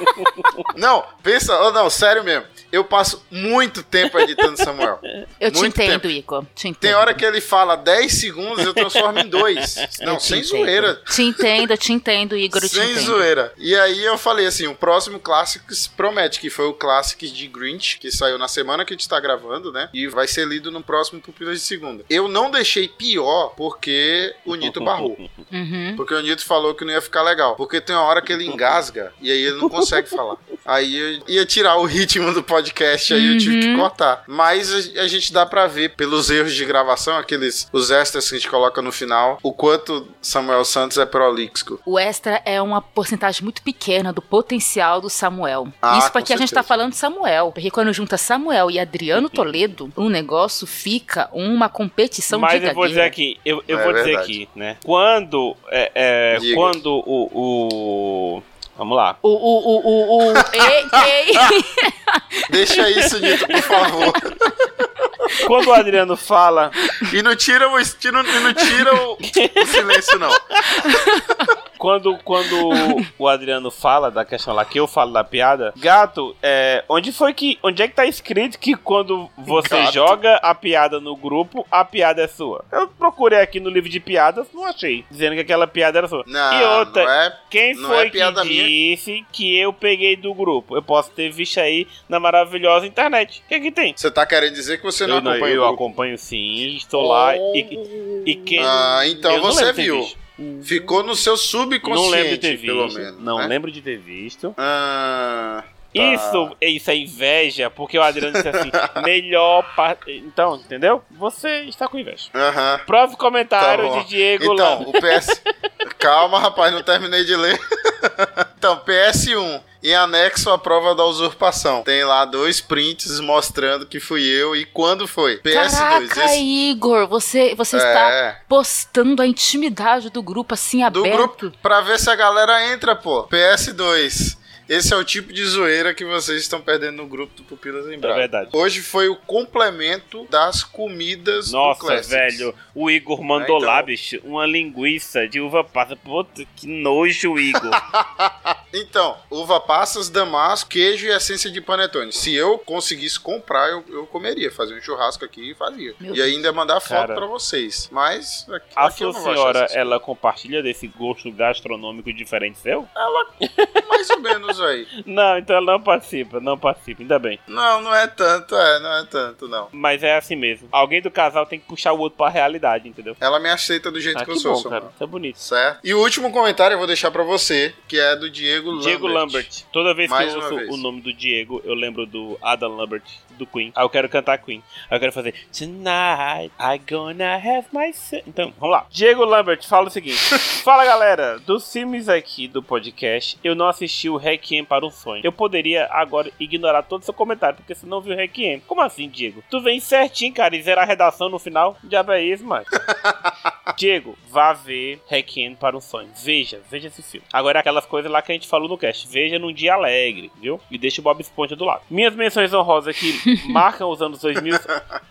[SPEAKER 5] não, pensa, oh, não, sério mesmo. Eu passo muito tempo editando Samuel.
[SPEAKER 6] Eu te
[SPEAKER 5] Muito
[SPEAKER 6] entendo,
[SPEAKER 5] tempo.
[SPEAKER 6] Igor. Te entendo.
[SPEAKER 5] Tem hora que ele fala 10 segundos, eu transformo em 2. Não,
[SPEAKER 6] Eu te
[SPEAKER 5] sem
[SPEAKER 6] entendo.
[SPEAKER 5] zoeira.
[SPEAKER 6] Te entendo, te entendo, Igor, eu te
[SPEAKER 5] Sem
[SPEAKER 6] entendo.
[SPEAKER 5] zoeira. E aí eu falei assim, o próximo Classics promete, que foi o Classics de Grinch, que saiu na semana que a gente tá gravando, né? E vai ser lido no próximo Pupilas de Segunda. Eu não deixei pior porque o Nito barrou.
[SPEAKER 6] Uhum.
[SPEAKER 5] Porque o Nito falou que não ia ficar legal. Porque tem uma hora que ele engasga e aí ele não consegue falar. Aí eu ia tirar o ritmo do podcast, aí eu tive que cortar. Mas a, a gente dá pra ver pelos erros de gravação, aqueles os extras que a gente coloca no final, o quanto Samuel Santos é prolixo.
[SPEAKER 6] O extra é uma porcentagem muito pequena do potencial do Samuel.
[SPEAKER 5] Ah,
[SPEAKER 6] Isso
[SPEAKER 5] com
[SPEAKER 6] porque a gente
[SPEAKER 5] certeza. Uhum.
[SPEAKER 6] tá falando de Samuel. Porque quando junta Samuel e Adriano Toledo, o negócio fica uma competição
[SPEAKER 7] Mas
[SPEAKER 6] de
[SPEAKER 7] eu vou dizer
[SPEAKER 6] gagueira.
[SPEAKER 7] aqui, eu, eu
[SPEAKER 5] É
[SPEAKER 7] vou dizer
[SPEAKER 5] verdade.
[SPEAKER 7] aqui, né? Quando é, é,
[SPEAKER 5] Diga.
[SPEAKER 7] quando o, o- vamos lá.
[SPEAKER 6] O, o, o, o, o... ei,
[SPEAKER 5] Ah,
[SPEAKER 6] ei.
[SPEAKER 5] Deixa isso, Nito, por favor.
[SPEAKER 7] Quando o Adriano fala,
[SPEAKER 5] E não tira o, e não, e não tira o, o silêncio, não.
[SPEAKER 7] quando quando o Adriano fala da questão lá que eu falo da piada, gato, é, onde foi que onde é que tá escrito que quando você
[SPEAKER 5] Gato.
[SPEAKER 7] joga a piada no grupo, a piada é sua? Eu procurei aqui no livro de piadas, não achei, dizendo que aquela piada era sua.
[SPEAKER 5] Não,
[SPEAKER 7] e outra,
[SPEAKER 5] não é.
[SPEAKER 7] Quem
[SPEAKER 5] Não
[SPEAKER 7] foi
[SPEAKER 5] é piada
[SPEAKER 7] que
[SPEAKER 5] minha.
[SPEAKER 7] disse que eu peguei do grupo? Eu posso ter visto aí na maravilhosa internet. O que é que tem?
[SPEAKER 5] Você tá querendo dizer que você não
[SPEAKER 7] eu não-
[SPEAKER 5] acompanha
[SPEAKER 7] eu
[SPEAKER 5] o grupo.
[SPEAKER 7] acompanho sim, estou lá. E, e quem.
[SPEAKER 5] Ah, então
[SPEAKER 7] eu não
[SPEAKER 5] você
[SPEAKER 7] lembro de ter
[SPEAKER 5] viu.
[SPEAKER 7] visto.
[SPEAKER 5] Ficou no seu
[SPEAKER 7] Não
[SPEAKER 5] subconsciente,
[SPEAKER 7] lembro de ter visto.
[SPEAKER 5] pelo menos.
[SPEAKER 7] não
[SPEAKER 5] né?
[SPEAKER 7] lembro de ter visto.
[SPEAKER 5] Ah,
[SPEAKER 7] Isso, isso é inveja, porque o Adriano disse assim, melhor par... Então, entendeu? Você está com inveja.
[SPEAKER 5] Aham.
[SPEAKER 7] Próximo
[SPEAKER 5] Tá
[SPEAKER 7] comentário
[SPEAKER 5] bom.
[SPEAKER 7] de Diego
[SPEAKER 5] Então,
[SPEAKER 7] Lando.
[SPEAKER 5] o PS. Calma, rapaz, não terminei de ler. então, PS1. Em anexo à prova da usurpação. Tem lá dois prints mostrando que fui eu e quando foi. PS2.
[SPEAKER 6] Caraca,
[SPEAKER 5] esse-
[SPEAKER 6] Igor, você, você está
[SPEAKER 5] É.
[SPEAKER 6] postando a intimidade do grupo assim
[SPEAKER 5] Do
[SPEAKER 6] aberto.
[SPEAKER 5] grupo pra ver se a galera entra, pô. PS2. Esse é o tipo de zoeira que vocês estão perdendo no grupo do Pupilas em
[SPEAKER 7] É
[SPEAKER 5] Brava.
[SPEAKER 7] verdade.
[SPEAKER 5] Hoje foi o complemento das comidas do
[SPEAKER 7] Nossa,
[SPEAKER 5] Classics.
[SPEAKER 7] velho, o Igor mandou
[SPEAKER 5] Ah, então.
[SPEAKER 7] lá, bicho, uma linguiça de uva passa. Puta, que nojo, Igor.
[SPEAKER 5] Então, uva passas, damasco, queijo e essência de panetone. Se eu conseguisse comprar, eu, eu comeria. Fazia um churrasco aqui e fazia.
[SPEAKER 6] Meu
[SPEAKER 5] e ainda mandar foto
[SPEAKER 7] Cara.
[SPEAKER 5] pra vocês. Mas aqui,
[SPEAKER 7] A
[SPEAKER 5] aqui eu
[SPEAKER 7] sua
[SPEAKER 5] não vou achar
[SPEAKER 7] senhora,
[SPEAKER 5] essas coisas.
[SPEAKER 7] ela compartilha desse gosto gastronômico diferente seu?
[SPEAKER 5] Mais ou menos aí.
[SPEAKER 7] Não, então ela não participa, não participa, ainda bem.
[SPEAKER 5] Não, não é tanto, é, não é tanto, não.
[SPEAKER 7] Mas é assim mesmo. Alguém do casal tem que puxar o outro pra realidade, entendeu?
[SPEAKER 5] Ela me aceita do jeito
[SPEAKER 7] Ah,
[SPEAKER 5] que,
[SPEAKER 7] que
[SPEAKER 5] eu sou,
[SPEAKER 7] bom,
[SPEAKER 5] Samuel.
[SPEAKER 7] cara. Tá bonito.
[SPEAKER 5] Certo? E o último comentário eu vou deixar pra você, que é do Diego,
[SPEAKER 7] Diego Lambert. Toda vez
[SPEAKER 5] Mais
[SPEAKER 7] que eu
[SPEAKER 5] uma
[SPEAKER 7] ouço
[SPEAKER 5] vez.
[SPEAKER 7] o nome do Diego, eu lembro do Adam Lambert, do Queen. Aí eu quero cantar Queen. Aí eu quero fazer Tonight I gonna have my son. Então, vamos lá. Diego Lambert fala o seguinte: Fala galera, dos filmes aqui do podcast, eu não assisti o Requiem para um Sonho. Eu poderia agora ignorar todo seu comentário, porque você não viu o Requiem. Como assim, Diego? Tu vem certinho, cara, e zerar a redação no final? Já é isso, mano. Diego, vá ver Requiem para um Sonho. Veja, veja esse filme. Agora, aquelas coisas lá que a gente falou no cast. Veja num dia alegre, viu? E deixa o Bob Esponja do lado. Minhas menções honrosas que marcam os anos 2000.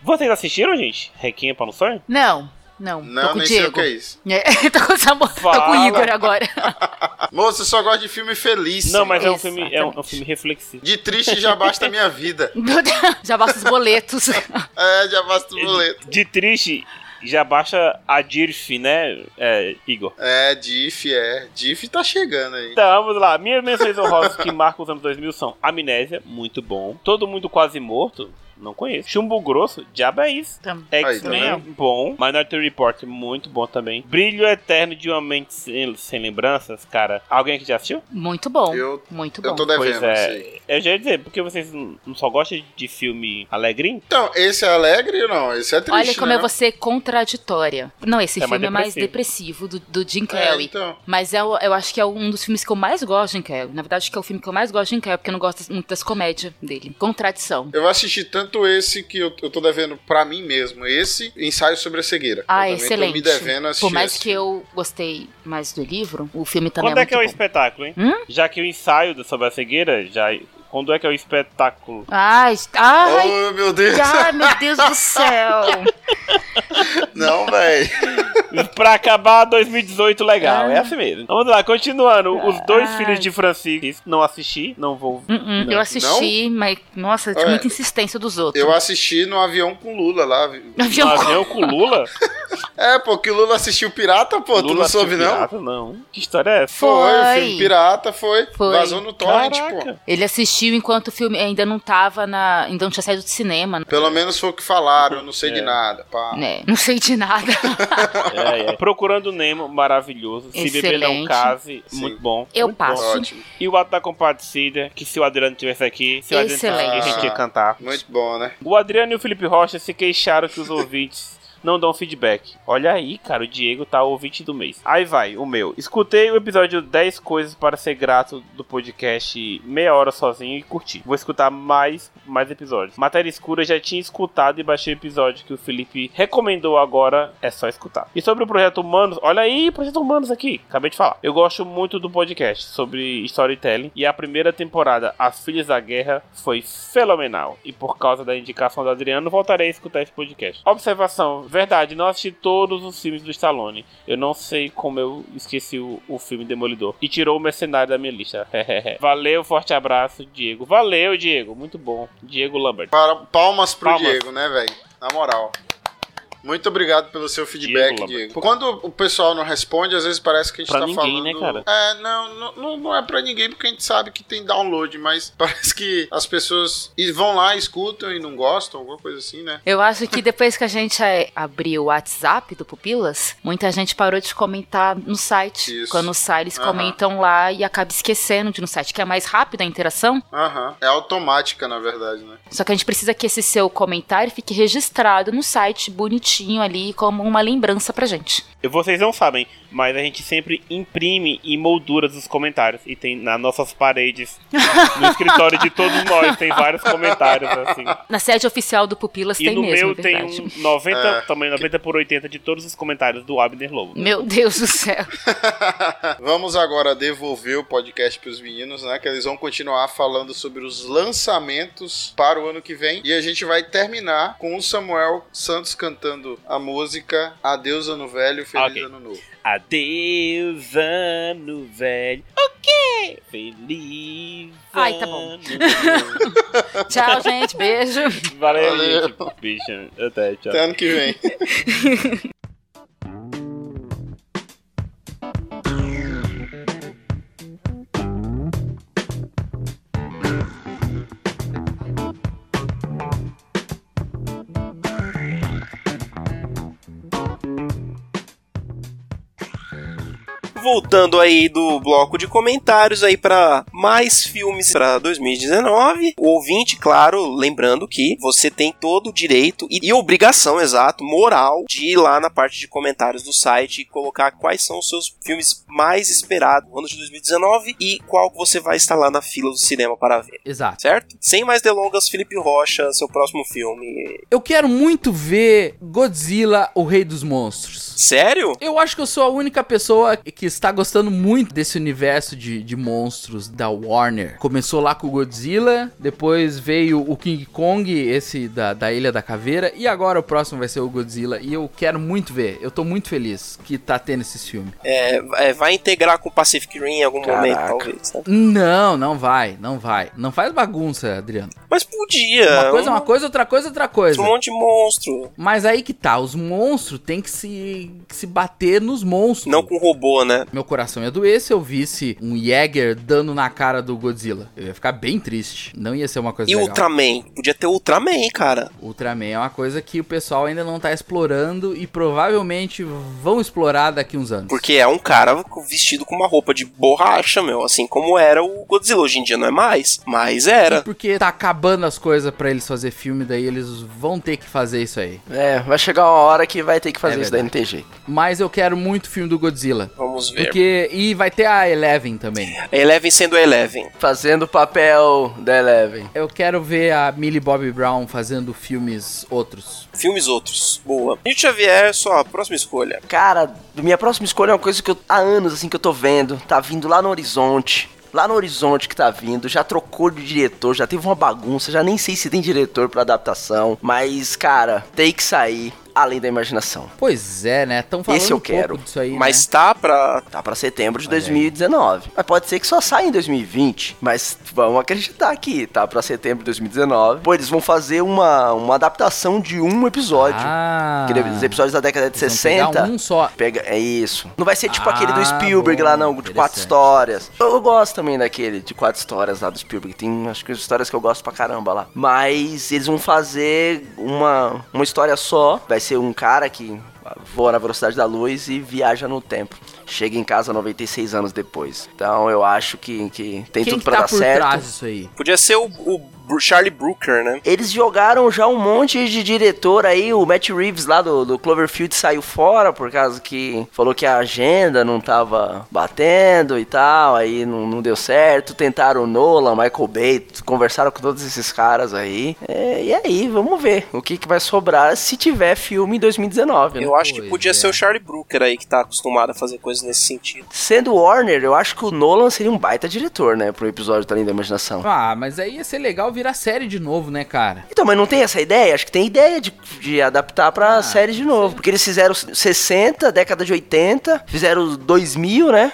[SPEAKER 7] Vocês assistiram, gente? Requiem para um Sonho?
[SPEAKER 6] Não, não. tô
[SPEAKER 5] Não,
[SPEAKER 6] com o
[SPEAKER 5] nem sei o
[SPEAKER 6] Diego.
[SPEAKER 5] que é isso.
[SPEAKER 6] É, tô com o Samuel, tô com o
[SPEAKER 7] Fala.
[SPEAKER 6] Igor agora.
[SPEAKER 5] Ah, Moço, eu só gosto de filme feliz.
[SPEAKER 7] Não,
[SPEAKER 5] Samuel.
[SPEAKER 7] mas é um filme, é um, é um
[SPEAKER 6] Exatamente.
[SPEAKER 7] filme reflexivo.
[SPEAKER 5] De triste já basta a minha vida.
[SPEAKER 6] Meu Deus, Já basta os boletos.
[SPEAKER 5] É, já basta o boleto.
[SPEAKER 7] De triste, já baixa a DIRF, né, é, Igor?
[SPEAKER 5] É, Diff, é. Diff tá chegando aí.
[SPEAKER 7] Então, vamos lá. Minhas menções honrosas que marcam os anos 2000 são Amnésia, muito bom. Todo Mundo Quase Morto, não conheço. Chumbo Grosso, diabo é isso.
[SPEAKER 6] Tam-
[SPEAKER 7] X-Men
[SPEAKER 5] Aí,
[SPEAKER 7] é
[SPEAKER 5] tá
[SPEAKER 7] bom. Minority Report, muito bom também. Brilho Eterno de Uma Mente Sem, Sem Lembranças, cara. Alguém que já assistiu?
[SPEAKER 6] Muito bom.
[SPEAKER 5] Eu,
[SPEAKER 6] Muito bom.
[SPEAKER 5] eu tô devendo,
[SPEAKER 7] pois
[SPEAKER 5] sei.
[SPEAKER 7] é. Eu já ia dizer, porque vocês não não só gostam de filme alegrinho?
[SPEAKER 5] Então, esse é alegre ou não? Esse é triste,
[SPEAKER 6] Olha como
[SPEAKER 5] né,
[SPEAKER 6] é você contraditória. Não, esse
[SPEAKER 7] É mais
[SPEAKER 6] filme é mais depressivo do, do Jim
[SPEAKER 5] não? É,
[SPEAKER 6] Carrey.
[SPEAKER 5] então.
[SPEAKER 6] Mas é, o- eu acho que é um dos filmes que eu mais gosto de Jim Carrey. Na verdade, que é o filme que eu mais gosto de Jim Carrey, porque eu não gosto muito das comédias dele. Contradição.
[SPEAKER 5] Eu assisti tanto esse que eu, eu tô devendo pra mim mesmo. Esse, Ensaio sobre a Cegueira.
[SPEAKER 6] Ah,
[SPEAKER 5] eu também
[SPEAKER 6] excelente.
[SPEAKER 5] Tô me devendo a assistir
[SPEAKER 6] Por mais
[SPEAKER 5] esse
[SPEAKER 6] que eu gostei mais do livro, o filme também
[SPEAKER 7] Quando é,
[SPEAKER 6] é muito
[SPEAKER 7] que é o
[SPEAKER 6] bom.
[SPEAKER 7] espetáculo, hein?
[SPEAKER 6] Hum?
[SPEAKER 7] Já que o ensaio do Sobre a Cegueira, já... Quando é que é o espetáculo?
[SPEAKER 6] Ai, ai,
[SPEAKER 5] Oh, meu Deus.
[SPEAKER 6] ai, meu Deus do céu.
[SPEAKER 5] Não, velho.
[SPEAKER 7] pra acabar 2018 legal.
[SPEAKER 6] Ah.
[SPEAKER 7] É assim mesmo. Vamos lá, continuando. Os dois
[SPEAKER 6] Ai.
[SPEAKER 7] filhos de Francis. Não assisti, não vou.
[SPEAKER 6] Hum, hum, eu assisti, mas, nossa, tinha
[SPEAKER 5] É.
[SPEAKER 6] muita insistência dos outros.
[SPEAKER 5] Eu assisti no avião com Lula lá. vi-
[SPEAKER 7] Um
[SPEAKER 6] Avião
[SPEAKER 7] avião com Lula?
[SPEAKER 5] É, pô, que o Lula assistiu Pirata, pô. tu não
[SPEAKER 7] Lula
[SPEAKER 5] soube,
[SPEAKER 7] assistiu
[SPEAKER 5] não?
[SPEAKER 7] pirata? Não. Que história é essa?
[SPEAKER 5] Foi, o
[SPEAKER 6] Foi.
[SPEAKER 5] filme Pirata foi.
[SPEAKER 6] Foi.
[SPEAKER 5] Vazou no torrent, pô.
[SPEAKER 7] Caraca.
[SPEAKER 6] Ele assistiu enquanto o filme ainda não tava na. Ainda não tinha saído do cinema,
[SPEAKER 5] Pelo menos foi o que falaram, eu não sei de
[SPEAKER 7] É.
[SPEAKER 5] nada. Pá.
[SPEAKER 6] né? Não sei de nada.
[SPEAKER 7] É, é. Procurando Nemo, maravilhoso. Se beber não
[SPEAKER 6] Excelente.
[SPEAKER 7] case,
[SPEAKER 5] Sim.
[SPEAKER 7] muito bom.
[SPEAKER 6] Eu
[SPEAKER 7] Muito
[SPEAKER 6] passo.
[SPEAKER 7] bom.
[SPEAKER 5] Ótimo.
[SPEAKER 7] E o Ato da Compadecida, que se o Adriano tivesse aqui, se o Adriano tivesse aqui, a gente ia
[SPEAKER 5] Excelente.
[SPEAKER 7] cantar.
[SPEAKER 5] Muito bom, né?
[SPEAKER 7] O Adriano e o Felipe Rocha se queixaram que os ouvintes não dão feedback. Olha aí, cara, o Diego tá o ouvinte do mês. Aí vai, o meu. Escutei o episódio 10 coisas para ser grato do podcast meia hora sozinho e curti. Vou escutar mais, mais episódios. Matéria Escura já tinha escutado e baixei o episódio que o Felipe recomendou agora, é só escutar. E sobre o Projeto Humanos, olha aí, Projeto Humanos aqui, acabei de falar. Eu gosto muito do podcast sobre storytelling e a primeira temporada, As Filhas da Guerra, foi fenomenal. E por causa da indicação do Adriano, voltarei a escutar esse podcast. Observação, verdade, não assisti todos os filmes do Stallone. Eu não sei como eu esqueci o, o filme Demolidor. E tirou o Mercenário da minha lista. Valeu, forte abraço, Diego. Valeu, Diego, muito bom. Diego Lambert.
[SPEAKER 5] Para- palmas pro
[SPEAKER 7] Palmas.
[SPEAKER 5] Diego, né, velho? Na moral. Muito obrigado pelo seu feedback,
[SPEAKER 7] Diego
[SPEAKER 5] Diego.
[SPEAKER 7] Lambert.
[SPEAKER 5] Quando o pessoal não responde, às vezes parece que a gente
[SPEAKER 7] Pra
[SPEAKER 5] tá
[SPEAKER 7] ninguém,
[SPEAKER 5] falando.
[SPEAKER 7] né, cara?
[SPEAKER 5] É, não, não- não, não é pra ninguém, porque a gente sabe que tem download, mas parece que as pessoas e- vão lá, escutam e não gostam, alguma coisa assim, né?
[SPEAKER 6] Eu acho que depois que a gente é, abriu o WhatsApp do Pupilas, muita gente parou de comentar no site.
[SPEAKER 5] Isso.
[SPEAKER 6] Quando sai, eles
[SPEAKER 5] Aham.
[SPEAKER 6] comentam lá e acaba esquecendo de ir no site, que é mais rápida a interação.
[SPEAKER 5] Aham. É automática, na verdade, né?
[SPEAKER 6] Só que a gente precisa que esse seu comentário fique registrado no site, bonitinho ali, como uma lembrança pra gente.
[SPEAKER 7] E Vocês não sabem, mas a gente sempre imprime e moldura os comentários. E tem nas nossas paredes, no escritório de todos nós, tem vários comentários, assim.
[SPEAKER 6] Na sede oficial do Pupilas
[SPEAKER 7] E
[SPEAKER 6] tem
[SPEAKER 7] no
[SPEAKER 6] mesmo, é
[SPEAKER 7] meu tem
[SPEAKER 6] verdade.
[SPEAKER 7] um 90,
[SPEAKER 5] É.
[SPEAKER 7] também 90 por 80 de todos os comentários do Abner Lobo.
[SPEAKER 6] Meu Deus do céu.
[SPEAKER 5] Vamos agora devolver o podcast pros meninos, né? Que eles vão continuar falando sobre os lançamentos para o ano que vem. E a gente vai terminar com o Samuel Santos cantando a música Adeus Ano Velho, Feliz
[SPEAKER 7] Ok.
[SPEAKER 5] Ano Novo.
[SPEAKER 7] Adeus, ano velho. O quê? Feliz.
[SPEAKER 6] Ai, tá bom.
[SPEAKER 7] ano novo.
[SPEAKER 6] Tchau, gente. Beijo.
[SPEAKER 7] Valeu,
[SPEAKER 5] Valeu.
[SPEAKER 7] gente. Bicha. Até, tchau.
[SPEAKER 5] Até ano que vem.
[SPEAKER 1] Voltando aí do bloco de comentários aí para mais filmes para 2019. O ouvinte, claro, lembrando que você tem todo o direito e, e obrigação, exato, moral, de ir lá na parte de comentários do site e colocar quais são os seus filmes mais esperados no ano de 2019 e qual você vai estar lá na fila do cinema para ver,
[SPEAKER 3] Exato.
[SPEAKER 1] certo? Sem mais delongas, Felipe Rocha, seu próximo filme.
[SPEAKER 3] Eu quero muito ver Godzilla, o Rei dos Monstros.
[SPEAKER 1] Sério?
[SPEAKER 3] Eu acho que eu sou a única pessoa que está gostando muito desse universo de, de monstros da Warner. Começou lá com o Godzilla, depois veio o King Kong, esse da, da Ilha da Caveira, e agora o próximo vai ser o Godzilla. E eu quero muito ver. Eu tô muito feliz que tá tendo esses filmes.
[SPEAKER 1] É, é, vai integrar com Pacific Rim em algum momento,
[SPEAKER 2] Caraca.
[SPEAKER 1] talvez. né?
[SPEAKER 3] Não, não vai, não vai. Não faz bagunça, Adriano.
[SPEAKER 1] Mas podia.
[SPEAKER 3] Uma coisa é
[SPEAKER 1] um-
[SPEAKER 3] uma coisa, outra coisa é outra coisa.
[SPEAKER 1] Um monte de monstro.
[SPEAKER 3] Mas aí que tá, os monstros têm que se, que se bater nos monstros.
[SPEAKER 1] Não com robô, né?
[SPEAKER 3] Meu coração ia doer se eu visse um Jäger dando na cara do Godzilla. Eu ia ficar bem triste. Não ia ser uma coisa
[SPEAKER 1] E
[SPEAKER 3] legal.
[SPEAKER 1] Ultraman? Podia ter Ultraman, cara.
[SPEAKER 3] Ultraman é uma coisa que o pessoal ainda não tá explorando e provavelmente vão explorar daqui uns anos.
[SPEAKER 1] Porque é um cara vestido com uma roupa de borracha, meu. Assim como era o Godzilla. Hoje em dia não é mais, mas
[SPEAKER 3] E
[SPEAKER 1] era.
[SPEAKER 3] porque tá acabando as coisas pra eles fazer filme, daí eles vão ter que fazer isso aí.
[SPEAKER 2] É, vai chegar uma hora que vai ter que fazer
[SPEAKER 3] É
[SPEAKER 2] isso daí, não tem jeito.
[SPEAKER 3] Mas eu quero muito filme do Godzilla.
[SPEAKER 1] Vamos ver.
[SPEAKER 3] Porque. E vai ter a Eleven também.
[SPEAKER 1] Eleven sendo Eleven.
[SPEAKER 2] Fazendo o papel da Eleven.
[SPEAKER 3] Eu quero ver a Millie Bobby Brown fazendo filmes outros.
[SPEAKER 1] Filmes outros. Boa. E o Xavier, sua próxima escolha.
[SPEAKER 2] Cara, minha próxima escolha é uma coisa que eu, há anos assim que eu tô vendo, tá vindo lá no horizonte. Lá no horizonte que tá vindo, já trocou de diretor, já teve uma bagunça, já nem sei se tem diretor pra adaptação, mas cara, tem que sair além da imaginação.
[SPEAKER 3] Pois é, né? Tão falando
[SPEAKER 2] Esse eu
[SPEAKER 3] um
[SPEAKER 2] quero.
[SPEAKER 3] pouco disso aí,
[SPEAKER 1] Mas tá pra.
[SPEAKER 2] Tá pra setembro de
[SPEAKER 3] Olha aí.
[SPEAKER 2] 2019. Mas pode ser que só saia em 2020. Mas vamos acreditar que tá pra setembro de 2019. Pô, eles vão fazer uma, uma adaptação de um episódio.
[SPEAKER 3] Ah.
[SPEAKER 2] Que deve- Os episódios da década de
[SPEAKER 3] Vamos pegar
[SPEAKER 2] 60.
[SPEAKER 3] um só.
[SPEAKER 2] Pega, é isso. Não vai ser tipo
[SPEAKER 3] Ah,
[SPEAKER 2] aquele do Spielberg
[SPEAKER 3] bom,
[SPEAKER 2] lá, não, de quatro
[SPEAKER 3] interessante.
[SPEAKER 2] histórias. Eu, eu gosto também daquele de quatro histórias lá do Spielberg. Tem, acho que, as histórias que eu gosto pra caramba lá. Mas eles vão fazer uma, uma história só. Vai ser um cara que voa na velocidade da luz e viaja no tempo. Chega em casa 96 anos depois. Então eu acho que, que tem
[SPEAKER 3] Quem
[SPEAKER 2] tudo
[SPEAKER 3] que
[SPEAKER 2] pra
[SPEAKER 3] tá
[SPEAKER 2] dar
[SPEAKER 3] por
[SPEAKER 2] certo.
[SPEAKER 3] trás disso aí?
[SPEAKER 1] Podia ser o, o Bru- Charlie Brooker, né?
[SPEAKER 2] Eles jogaram já um monte de diretor aí, o Matt Reeves lá do, do Cloverfield saiu fora por causa que falou que a agenda não tava batendo e tal, aí não, não deu certo. Tentaram o Nolan, Michael Bay, conversaram com todos esses caras aí. É, e aí, vamos ver o que, que vai sobrar se tiver filme em 2019. né?
[SPEAKER 1] Eu acho que
[SPEAKER 3] Pois
[SPEAKER 1] podia
[SPEAKER 3] é.
[SPEAKER 1] ser o Charlie Brooker aí que tá acostumado a fazer coisas nesse sentido.
[SPEAKER 2] Sendo Warner, eu acho que o Nolan seria um baita diretor, né, pro episódio Além da Imaginação.
[SPEAKER 3] Ah, mas aí ia ser legal virar série de novo, né, cara?
[SPEAKER 2] Então, mas não tem essa ideia? Acho que tem ideia de, de adaptar pra
[SPEAKER 3] Ah,
[SPEAKER 2] série de novo. Porque eles fizeram 60, década de 80,
[SPEAKER 3] Ah.
[SPEAKER 2] fizeram 2000, né?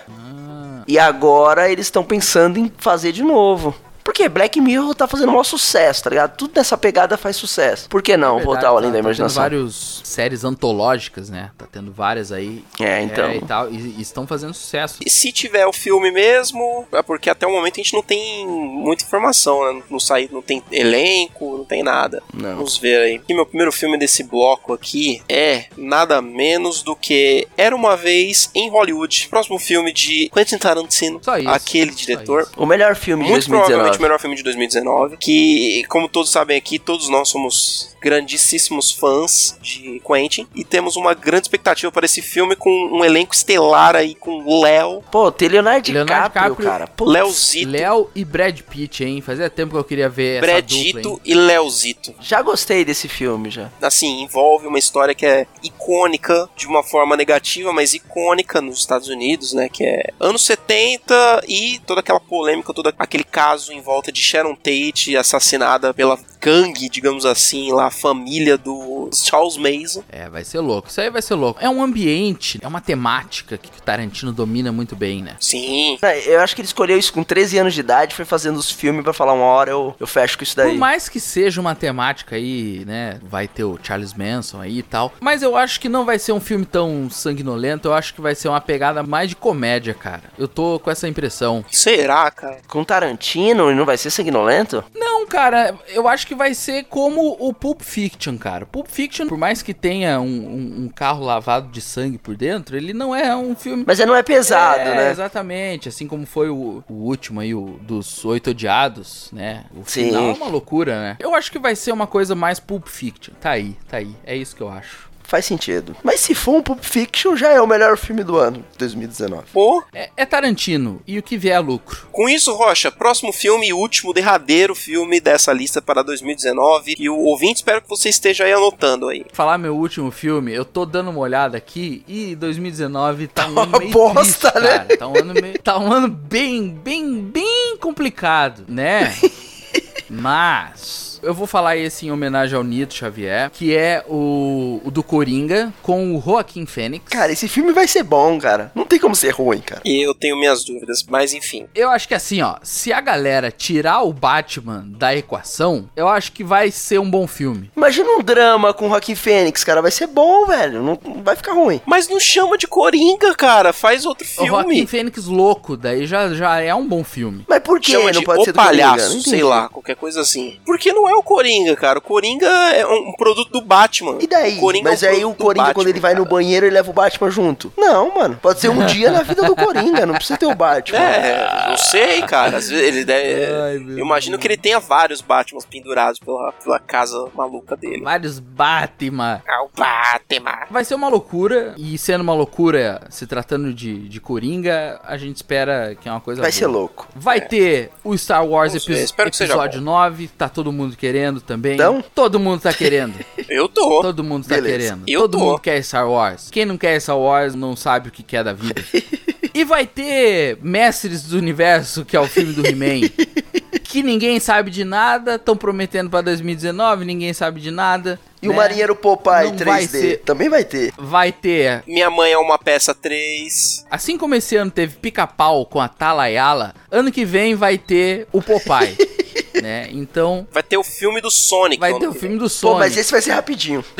[SPEAKER 2] E agora eles estão pensando em fazer de novo. Porque Black Mirror tá fazendo um maior sucesso, tá ligado? Tudo nessa pegada faz sucesso. Por que não
[SPEAKER 3] Verdade,
[SPEAKER 2] voltar ao além
[SPEAKER 3] tá-
[SPEAKER 2] da
[SPEAKER 3] tá
[SPEAKER 2] imaginação?
[SPEAKER 3] Tendo várias séries antológicas, né? Tá tendo várias aí.
[SPEAKER 2] É, então.
[SPEAKER 3] e tal. E, e estão fazendo sucesso.
[SPEAKER 1] E se tiver o filme mesmo, é porque até o momento a gente não tem muita informação, né? Não, sai, não tem elenco, não tem nada.
[SPEAKER 2] Não.
[SPEAKER 1] Vamos ver aí. E meu primeiro filme desse bloco aqui é nada menos do que Era Uma Vez em Hollywood. Próximo filme de Quentin Tarantino.
[SPEAKER 3] Só isso.
[SPEAKER 1] Aquele
[SPEAKER 3] Só
[SPEAKER 1] diretor.
[SPEAKER 3] isso.
[SPEAKER 2] O melhor filme de
[SPEAKER 1] Muito provavelmente
[SPEAKER 2] 2019.
[SPEAKER 1] o melhor filme de 2019. Que, como todos sabem aqui, todos nós somos grandíssimos fãs de Quentin. E temos uma grande expectativa para esse filme com um elenco estelar aí, com Léo,
[SPEAKER 2] Pô, tem Leonardo
[SPEAKER 3] Leonardo
[SPEAKER 2] DiCaprio,
[SPEAKER 3] DiCaprio,
[SPEAKER 2] cara. Pô,
[SPEAKER 1] Léozito,
[SPEAKER 3] Léo e Brad Pitt, hein? Fazia tempo que eu queria ver essa dupla,
[SPEAKER 1] Bredito
[SPEAKER 3] hein?
[SPEAKER 1] e Léozito.
[SPEAKER 2] já gostei desse filme, já.
[SPEAKER 1] Assim, envolve uma história que é icônica, de uma forma negativa, mas icônica nos Estados Unidos, né? Que é anos 70 e toda aquela polêmica, todo aquele caso em volta de Sharon Tate, assassinada pela gangue, digamos assim, lá, a família do Charles Mason.
[SPEAKER 3] É, vai ser louco. Isso aí vai ser louco. É um ambiente, é uma temática que o Tarantino domina muito bem, né?
[SPEAKER 1] Sim,
[SPEAKER 2] É, Eu acho que ele escolheu isso com 13 anos de idade, foi fazendo os filmes pra falar uma hora, eu, eu fecho com isso
[SPEAKER 3] Por
[SPEAKER 2] daí.
[SPEAKER 3] mais que seja uma temática aí, né? Vai ter o Charles Manson aí e tal. Mas eu acho que não vai ser um filme tão sanguinolento. Eu acho que vai ser uma pegada mais de comédia, cara. Eu tô com essa impressão.
[SPEAKER 1] será, cara?
[SPEAKER 2] Com Tarantino e não vai ser sanguinolento?
[SPEAKER 3] Não, cara, eu acho que vai ser como o Pulp Fiction, cara. Pulp Fiction, por mais que tenha um, um- um carro lavado de sangue por dentro, ele não é um filme.
[SPEAKER 2] Mas ele não é pesado,
[SPEAKER 3] É,
[SPEAKER 2] né?
[SPEAKER 3] Exatamente, assim como foi o, o último aí, o dos Oito Odiados, né? O
[SPEAKER 2] Sim.
[SPEAKER 3] final é uma loucura, né? Eu acho que vai ser uma coisa mais Pulp Fiction. Tá aí, tá aí. É isso que eu acho.
[SPEAKER 2] Faz sentido. Mas se for um Pulp Fiction, já é o melhor filme do ano, 2019.
[SPEAKER 1] Pô,
[SPEAKER 3] É, é Tarantino, e o que vier é lucro.
[SPEAKER 1] Com isso, Rocha, próximo filme e último, derradeiro filme dessa lista para 2019. E o ouvinte, espero que você esteja aí anotando aí.
[SPEAKER 3] Falar meu último filme, eu tô dando uma olhada aqui e 2019 tá um
[SPEAKER 2] Tá
[SPEAKER 3] ano
[SPEAKER 2] uma
[SPEAKER 3] meio
[SPEAKER 2] bosta,
[SPEAKER 3] triste,
[SPEAKER 2] né?
[SPEAKER 3] cara. Tá um ano meio, tá um ano bem, bem, bem complicado, né? Mas eu vou falar esse em homenagem ao Nito Xavier, que é o, o do Coringa com o Joaquim Fênix.
[SPEAKER 2] Cara, esse filme vai ser bom, cara. Não tem como ser ruim, cara.
[SPEAKER 1] E eu tenho minhas dúvidas, mas enfim.
[SPEAKER 3] Eu acho que assim, ó, se a galera tirar o Batman da equação, eu acho que vai ser um bom filme.
[SPEAKER 2] Imagina um drama com o Rocky Fênix, cara. Vai ser bom, velho. Não, não vai ficar ruim.
[SPEAKER 1] Mas não chama de Coringa, cara. Faz outro
[SPEAKER 3] O Joaquim
[SPEAKER 1] filme.
[SPEAKER 3] Fênix louco, daí já, já é um bom filme.
[SPEAKER 2] Mas por que
[SPEAKER 1] Chama
[SPEAKER 2] não
[SPEAKER 1] é de
[SPEAKER 2] pode
[SPEAKER 1] O
[SPEAKER 2] ser do
[SPEAKER 1] Palhaço,
[SPEAKER 2] Coringa? Não entendi.
[SPEAKER 1] sei lá, qualquer coisa assim. Porque não é o Coringa, cara. O Coringa é um, um produto do Batman.
[SPEAKER 2] E daí?
[SPEAKER 1] O Coringa é um
[SPEAKER 2] Mas aí
[SPEAKER 1] produto
[SPEAKER 2] o
[SPEAKER 1] do
[SPEAKER 2] Coringa, quando
[SPEAKER 1] Batman,
[SPEAKER 2] ele vai no
[SPEAKER 1] cara.
[SPEAKER 2] banheiro, ele leva o Batman junto. Não, mano. Pode ser um dia na vida do Coringa. Não precisa ter o Batman.
[SPEAKER 1] É, não sei, cara. Às vezes ele deve.
[SPEAKER 3] Ai, meu
[SPEAKER 1] eu imagino que ele tenha vários Batmans pendurados pela, pela casa maluca dele.
[SPEAKER 3] Vários Batman.
[SPEAKER 1] Ah, o Batman.
[SPEAKER 3] Vai ser uma loucura, e sendo uma loucura, se tratando de, de Coringa, a gente espera que é uma coisa
[SPEAKER 2] Vai
[SPEAKER 3] boa.
[SPEAKER 2] ser louco. É.
[SPEAKER 3] Vai ter o Star Wars
[SPEAKER 1] Vamos ver,
[SPEAKER 3] epi-
[SPEAKER 1] espero que seja
[SPEAKER 3] episódio 9, tá todo mundo querendo também.
[SPEAKER 2] Então?
[SPEAKER 3] Todo mundo tá querendo.
[SPEAKER 1] Eu tô.
[SPEAKER 3] todo mundo tá
[SPEAKER 2] Beleza.
[SPEAKER 3] querendo.
[SPEAKER 1] Eu
[SPEAKER 3] todo
[SPEAKER 1] tô.
[SPEAKER 3] mundo quer Star Wars. Quem não quer Star Wars não sabe o que quer da vida. e vai ter Mestres do Universo, que é o filme do He-Man. Que ninguém sabe de nada, estão prometendo pra 2019, ninguém sabe de nada.
[SPEAKER 2] E o
[SPEAKER 3] né?
[SPEAKER 2] Marinheiro Popeye
[SPEAKER 3] Não vai
[SPEAKER 2] 3D
[SPEAKER 3] ser.
[SPEAKER 2] também vai ter.
[SPEAKER 3] Vai ter
[SPEAKER 1] Minha mãe é uma peça 3.
[SPEAKER 3] Assim como esse ano teve pica-pau com a Talayala, ano que vem vai ter o Popeye. né? Então,
[SPEAKER 1] Vai ter o filme do Sonic.
[SPEAKER 3] vai
[SPEAKER 1] ano
[SPEAKER 3] ter o
[SPEAKER 1] que
[SPEAKER 3] filme do
[SPEAKER 2] Pô,
[SPEAKER 3] Sonic.
[SPEAKER 2] mas esse vai ser rapidinho.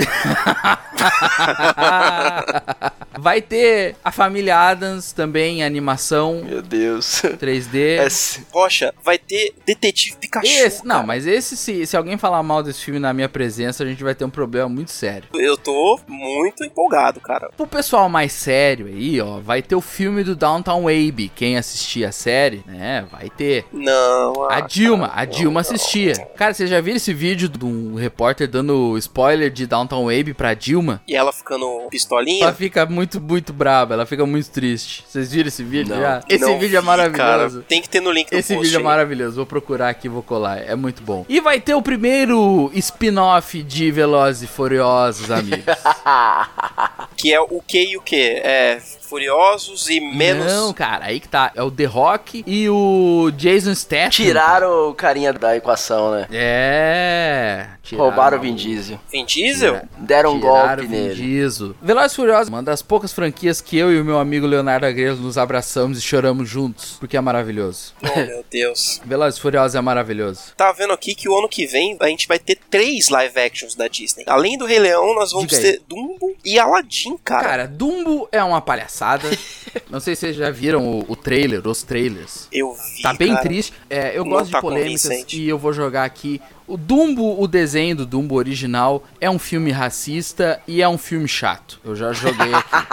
[SPEAKER 3] vai ter a família Adams também, animação
[SPEAKER 2] Meu Deus. É
[SPEAKER 3] 3D.
[SPEAKER 2] Esse-
[SPEAKER 1] vem. Rocha, vai ter Detetive Pikachu.
[SPEAKER 3] Esse, não,
[SPEAKER 1] cara.
[SPEAKER 3] mas esse, se, se alguém falar mal desse filme na minha presença, a gente vai ter um problema muito sério.
[SPEAKER 1] Eu tô muito empolgado, cara.
[SPEAKER 3] Pro pessoal mais sério aí, ó, vai ter o filme do Downtown Abbey. Quem assistir a série, né, vai ter.
[SPEAKER 1] Não. ah,
[SPEAKER 3] A Dilma,
[SPEAKER 1] cara,
[SPEAKER 3] a
[SPEAKER 1] não,
[SPEAKER 3] Dilma
[SPEAKER 1] não.
[SPEAKER 3] assistia. Cara, vocês já viram esse vídeo de um repórter dando spoiler de Downtown Wave pra Dilma?
[SPEAKER 1] E ela ficando
[SPEAKER 3] Ela
[SPEAKER 1] pistolinha?
[SPEAKER 3] fica muito, muito braba, ela fica muito triste. Vocês viram esse vídeo
[SPEAKER 2] Não.
[SPEAKER 3] já? Esse
[SPEAKER 1] Não
[SPEAKER 3] vídeo é
[SPEAKER 1] vi,
[SPEAKER 3] maravilhoso.
[SPEAKER 1] cara. Tem que ter no link do
[SPEAKER 3] Esse
[SPEAKER 1] post,
[SPEAKER 3] vídeo é
[SPEAKER 1] hein?
[SPEAKER 3] maravilhoso, vou procurar aqui, vou colar, é muito bom. E vai ter o primeiro spin-off de Velozes e Furiosos, amigos.
[SPEAKER 1] Que é o que e o que? É Furiosos e menos.
[SPEAKER 3] Não, cara, aí que tá. É o The Rock e o Jason Statham.
[SPEAKER 2] Tiraram o carinha da equação, né?
[SPEAKER 3] É.
[SPEAKER 2] Roubaram o Vin Diesel.
[SPEAKER 1] Vin Diesel?
[SPEAKER 2] Deram um golpe
[SPEAKER 3] Tiraram o Vin
[SPEAKER 2] nele.
[SPEAKER 3] Diesel. Velozes e Furiosos, uma das poucas franquias que eu e o meu amigo Leonardo Agrelo nos abraçamos e choramos juntos, porque é maravilhoso.
[SPEAKER 1] Oh, meu Deus.
[SPEAKER 3] Velozes e Furiosos é maravilhoso.
[SPEAKER 1] Tá vendo aqui que o ano que vem a gente vai ter três live actions da Disney. Além do Rei Leão, nós vamos
[SPEAKER 3] Diga aí.
[SPEAKER 1] ter Dumbo e Aladdin, cara.
[SPEAKER 3] Cara, Dumbo é uma palhaçada. Não sei se vocês já viram o, o trailer, os trailers.
[SPEAKER 1] eu vi.
[SPEAKER 3] Tá bem
[SPEAKER 1] cara.
[SPEAKER 3] triste. É, eu
[SPEAKER 1] Não
[SPEAKER 3] gosto
[SPEAKER 1] tá
[SPEAKER 3] de polêmicas
[SPEAKER 1] convincente.
[SPEAKER 3] e eu vou jogar aqui. O Dumbo, o desenho do Dumbo original, é um filme racista e é um filme chato. Eu já joguei aqui.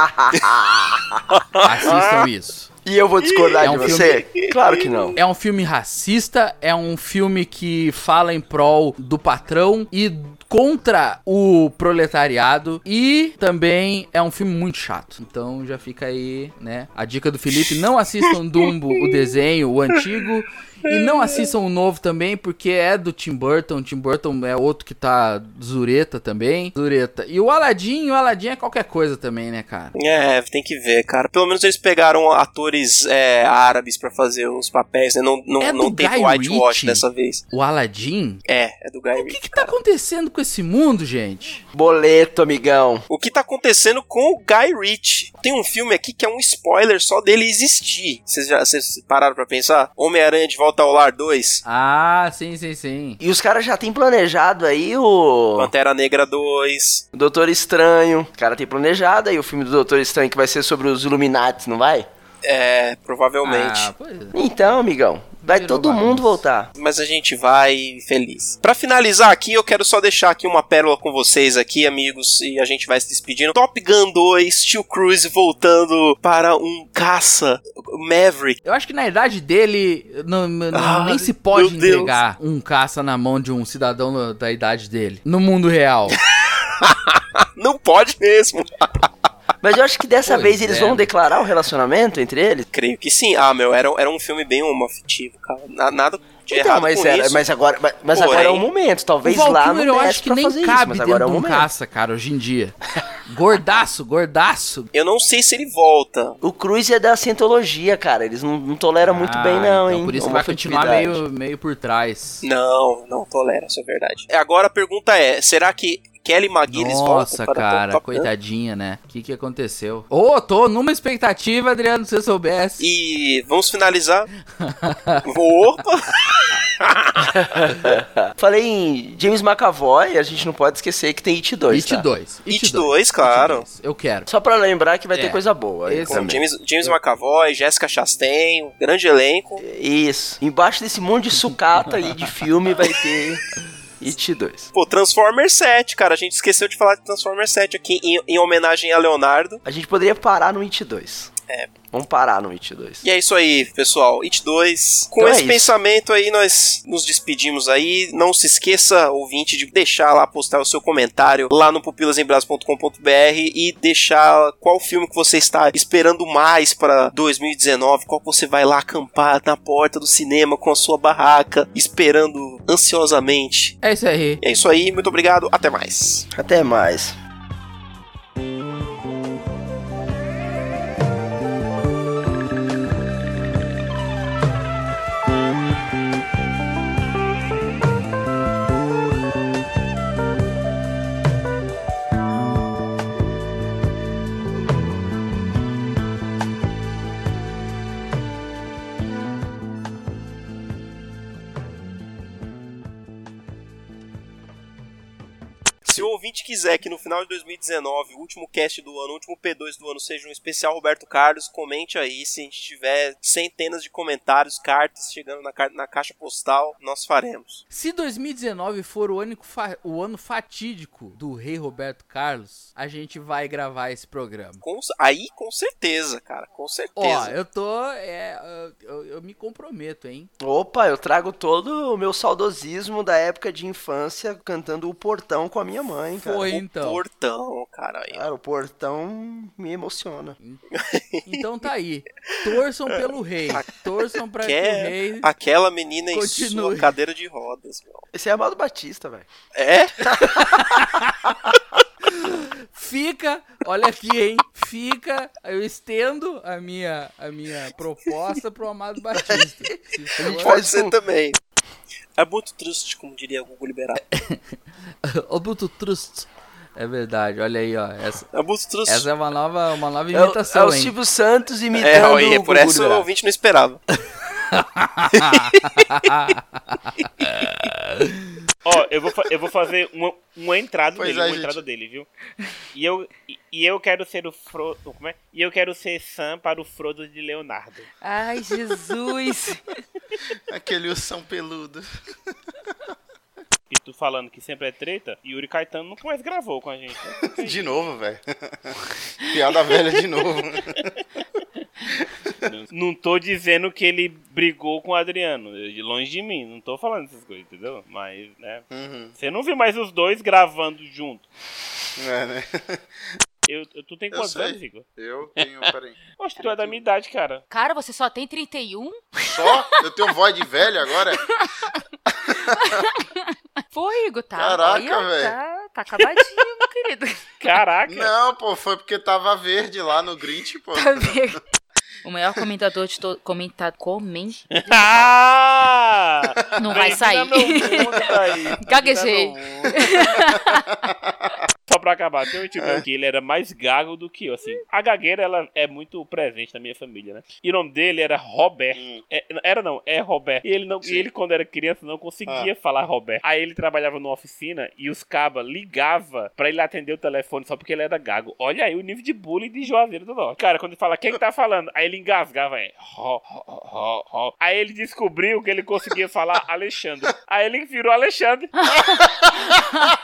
[SPEAKER 3] Assistam isso.
[SPEAKER 2] E eu vou discordar
[SPEAKER 3] É
[SPEAKER 2] de
[SPEAKER 3] um filme-
[SPEAKER 2] você? Claro que não.
[SPEAKER 3] É um filme racista, é um filme que fala em prol do patrão e contra o proletariado e também é um filme muito chato. Então já fica aí, né, a dica do Felipe, não assistam Dumbo, o desenho, o antigo, e não assistam o novo também, porque é do Tim Burton, Tim Burton é outro que tá zureta também, zureta. E o Aladdin, o Aladdin é qualquer coisa também, né, cara?
[SPEAKER 1] É, tem que ver, cara. Pelo menos eles pegaram atores é, árabes pra fazer os papéis, né? Não, não,
[SPEAKER 3] É do
[SPEAKER 1] não teve
[SPEAKER 3] Guy
[SPEAKER 1] whitewash
[SPEAKER 3] Ritchie?
[SPEAKER 1] dessa vez.
[SPEAKER 3] O Aladdin?
[SPEAKER 1] É, é do Guy
[SPEAKER 3] O que
[SPEAKER 1] Ritchie,
[SPEAKER 3] que tá
[SPEAKER 1] cara.
[SPEAKER 3] acontecendo com esse mundo, gente?
[SPEAKER 2] Boleto, amigão.
[SPEAKER 1] O que tá acontecendo com o Guy Ritchie? Tem um filme aqui que é um spoiler só dele existir. Vocês já vocês pararam pra pensar? Homem-Aranha de Volta ao Lar 2,
[SPEAKER 3] Ah, sim, sim, sim.
[SPEAKER 2] E os caras já têm planejado aí o
[SPEAKER 1] Pantera Negra 2.
[SPEAKER 2] Doutor Estranho. O cara tem planejado aí o filme do Doutor Estranho que vai ser sobre os Illuminati, não vai?
[SPEAKER 1] É, provavelmente.
[SPEAKER 3] Ah, pois é.
[SPEAKER 2] Então, amigão, vai
[SPEAKER 3] Virou
[SPEAKER 2] todo
[SPEAKER 3] bagunça.
[SPEAKER 2] mundo voltar.
[SPEAKER 1] Mas a gente vai feliz. Pra finalizar aqui, eu quero só deixar aqui uma pérola com vocês aqui, amigos, e a gente vai se despedindo. Top Gun 2, Steel Cruise voltando para um caça Maverick.
[SPEAKER 3] Eu acho que na idade dele não- não-
[SPEAKER 1] Ah,
[SPEAKER 3] nem se pode
[SPEAKER 1] meu Deus.
[SPEAKER 3] entregar um caça na mão de um cidadão no- da idade dele. No mundo real.
[SPEAKER 1] Não pode mesmo.
[SPEAKER 2] Mas eu acho que dessa
[SPEAKER 3] Pois
[SPEAKER 2] vez eles
[SPEAKER 3] é.
[SPEAKER 2] vão declarar o relacionamento entre eles.
[SPEAKER 1] Creio que sim. Ah, meu, era, era um filme bem homoafetivo, cara. Na- nada de errado
[SPEAKER 2] Então, mas,
[SPEAKER 1] com
[SPEAKER 2] era-
[SPEAKER 1] isso.
[SPEAKER 2] mas agora, mas, mas agora é o
[SPEAKER 1] Porém,
[SPEAKER 2] momento. Talvez
[SPEAKER 3] o
[SPEAKER 2] lá não
[SPEAKER 3] Valkyrie eu
[SPEAKER 2] desse
[SPEAKER 3] acho que
[SPEAKER 2] pra
[SPEAKER 3] nem
[SPEAKER 2] fazer isso,
[SPEAKER 3] cabe
[SPEAKER 2] mas agora
[SPEAKER 3] dentro
[SPEAKER 2] é o
[SPEAKER 3] de um
[SPEAKER 2] momento.
[SPEAKER 3] caça, cara, hoje em dia. gordaço, gordaço.
[SPEAKER 1] Eu não sei se ele volta.
[SPEAKER 2] O Cruz é da Cientologia, cara. Eles não, não toleram muito bem, não,
[SPEAKER 3] Ah,
[SPEAKER 2] hein? É
[SPEAKER 3] Por isso que vai continuar
[SPEAKER 2] Homofetividade.
[SPEAKER 3] meio, meio por trás.
[SPEAKER 1] Não, não tolera, isso é verdade. É, Agora a pergunta é, será que Kelly McGillis volta
[SPEAKER 3] Nossa,
[SPEAKER 1] para
[SPEAKER 3] cara,
[SPEAKER 1] Top Gun?
[SPEAKER 3] coitadinha, né? O que, que aconteceu? Ô, tô numa expectativa, Adriano, se eu soubesse.
[SPEAKER 1] E vamos finalizar. Opa!
[SPEAKER 2] Falei em James McAvoy, a gente não pode esquecer que tem It 2.
[SPEAKER 3] It
[SPEAKER 2] tá?
[SPEAKER 3] 2.
[SPEAKER 1] It 2, claro.
[SPEAKER 3] Eu quero.
[SPEAKER 2] Só pra lembrar que vai
[SPEAKER 3] É.
[SPEAKER 2] ter coisa boa. aí
[SPEAKER 3] Esse
[SPEAKER 1] Com
[SPEAKER 2] também.
[SPEAKER 1] James, James McAvoy, Jessica Chastain, um grande elenco.
[SPEAKER 2] Isso. Embaixo desse monte de sucata aí de filme vai ter It 2.
[SPEAKER 1] Pô, Transformers 7, cara. A gente esqueceu de falar de Transformers 7 aqui em, em homenagem a Leonardo.
[SPEAKER 2] A gente poderia parar no It 2.
[SPEAKER 1] É.
[SPEAKER 2] Vamos parar no It 2.
[SPEAKER 1] E é isso aí, pessoal. It 2. Com
[SPEAKER 2] Então é
[SPEAKER 1] esse
[SPEAKER 2] isso.
[SPEAKER 1] pensamento aí, nós nos despedimos aí. Não se esqueça, ouvinte, de deixar lá, postar o seu comentário lá no pupilasembrasa.com.br e deixar qual filme que você está esperando mais para 2019, qual que você vai lá acampar na porta do cinema com a sua barraca, esperando ansiosamente
[SPEAKER 3] É isso aí.
[SPEAKER 1] E é isso aí, muito obrigado, até mais.
[SPEAKER 2] Até mais.
[SPEAKER 1] Se o ouvinte quiser que no final de 2019, o último cast do ano, o último P2 do ano, seja um especial Roberto Carlos, comente aí. Se a gente tiver centenas de comentários, cartas chegando na, ca- na caixa postal, nós faremos.
[SPEAKER 3] Se 2019 for o, único fa- o ano fatídico do rei Roberto Carlos, a gente vai gravar esse programa.
[SPEAKER 1] Com ce- aí, com certeza, cara, com
[SPEAKER 3] Ó,
[SPEAKER 1] certeza.
[SPEAKER 3] eu tô. é, eu, eu- eu me comprometo, hein?
[SPEAKER 2] Opa, eu trago todo o meu saudosismo da época de infância cantando o portão com a minha mãe, cara.
[SPEAKER 3] Foi
[SPEAKER 1] O
[SPEAKER 3] então.
[SPEAKER 1] Um portão, cara. aí.
[SPEAKER 2] Cara, o portão me emociona.
[SPEAKER 3] Então tá aí. Torçam pelo rei.
[SPEAKER 2] Tá
[SPEAKER 3] Torçam pra que o
[SPEAKER 1] Quer
[SPEAKER 3] rei.
[SPEAKER 1] aquela menina em
[SPEAKER 3] Continue.
[SPEAKER 1] sua cadeira de rodas, meu.
[SPEAKER 2] Esse é Amado Batista, velho.
[SPEAKER 1] É?
[SPEAKER 3] Fica, olha aqui, hein? fica. Eu estendo a minha, a minha proposta pro Amado Batista. Se for-
[SPEAKER 1] Pode ser também. É muito triste, como diria Google liberado.
[SPEAKER 3] Ô, Bruto Trust. É verdade, olha aí, ó. Essa,
[SPEAKER 1] É muito triste.
[SPEAKER 3] essa é uma nova, uma nova
[SPEAKER 2] É o, é
[SPEAKER 3] imitação,
[SPEAKER 2] o
[SPEAKER 3] hein?
[SPEAKER 2] Silvio Santos imitando
[SPEAKER 1] É, ó, e é
[SPEAKER 2] o
[SPEAKER 1] por
[SPEAKER 2] Gugu
[SPEAKER 1] essa o
[SPEAKER 2] Liberato.
[SPEAKER 1] ouvinte não esperava.
[SPEAKER 7] Ó, eu vou, fa- eu vou fazer uma, uma entrada
[SPEAKER 5] Pois
[SPEAKER 7] dele,
[SPEAKER 5] é,
[SPEAKER 7] uma
[SPEAKER 5] gente.
[SPEAKER 7] entrada dele, viu? E eu, e- e eu quero ser o Frodo. Como é? E eu quero ser Sam para o Frodo de Leonardo.
[SPEAKER 6] Ai, Jesus.
[SPEAKER 5] Aquele ursão peludo.
[SPEAKER 7] E tu falando que sempre é treta, Yuri Caetano nunca mais gravou com a gente. né?
[SPEAKER 5] De novo, velho. Piada velha de novo.
[SPEAKER 7] não tô dizendo que ele brigou com o Adriano, de longe de mim, não tô falando essas coisas, entendeu? Mas, né?
[SPEAKER 5] Uhum.
[SPEAKER 7] Você não viu mais os dois gravando junto.
[SPEAKER 5] É, né?
[SPEAKER 7] Eu, eu- tu tem
[SPEAKER 5] Eu
[SPEAKER 7] quantos
[SPEAKER 5] sei.
[SPEAKER 7] anos, Igor?
[SPEAKER 5] Eu tenho, peraí.
[SPEAKER 7] Poxa, tu é da minha idade, cara.
[SPEAKER 6] Cara, você só tem 31?
[SPEAKER 5] Só? Eu tenho voz de velha agora?
[SPEAKER 6] Foi, Igor, tá?
[SPEAKER 5] Caraca,
[SPEAKER 6] olha,
[SPEAKER 5] velho.
[SPEAKER 6] Tá, tá acabadinho, meu querido.
[SPEAKER 7] Caraca!
[SPEAKER 5] Não, pô, foi porque tava verde lá no Grinch, pô.
[SPEAKER 6] Tá vendo? O maior comentador de todo. Comentar. Comen.
[SPEAKER 7] Ah!
[SPEAKER 6] Não vai sair. Gaguejei.
[SPEAKER 7] Só pra acabar, tem um tio meu que ele era mais gago do que eu, assim. A gagueira, ela é muito presente na minha família, né? E o nome dele era Roberto. É, era não, é Roberto. E ele, não, e ele, quando era criança, não conseguia falar Roberto. Aí ele trabalhava numa oficina e os cabas ligavam pra ele atender o telefone só porque ele era gago. Olha aí o nível de bullying de Juazeiro do Norte. Cara, quando ele fala, quem que tá falando? Aí ele engasgava, é. Ro, ro, ro, ro. Aí ele descobriu que ele conseguia falar Alexandre. Aí ele virou Alexandre.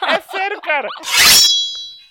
[SPEAKER 7] É sério, cara.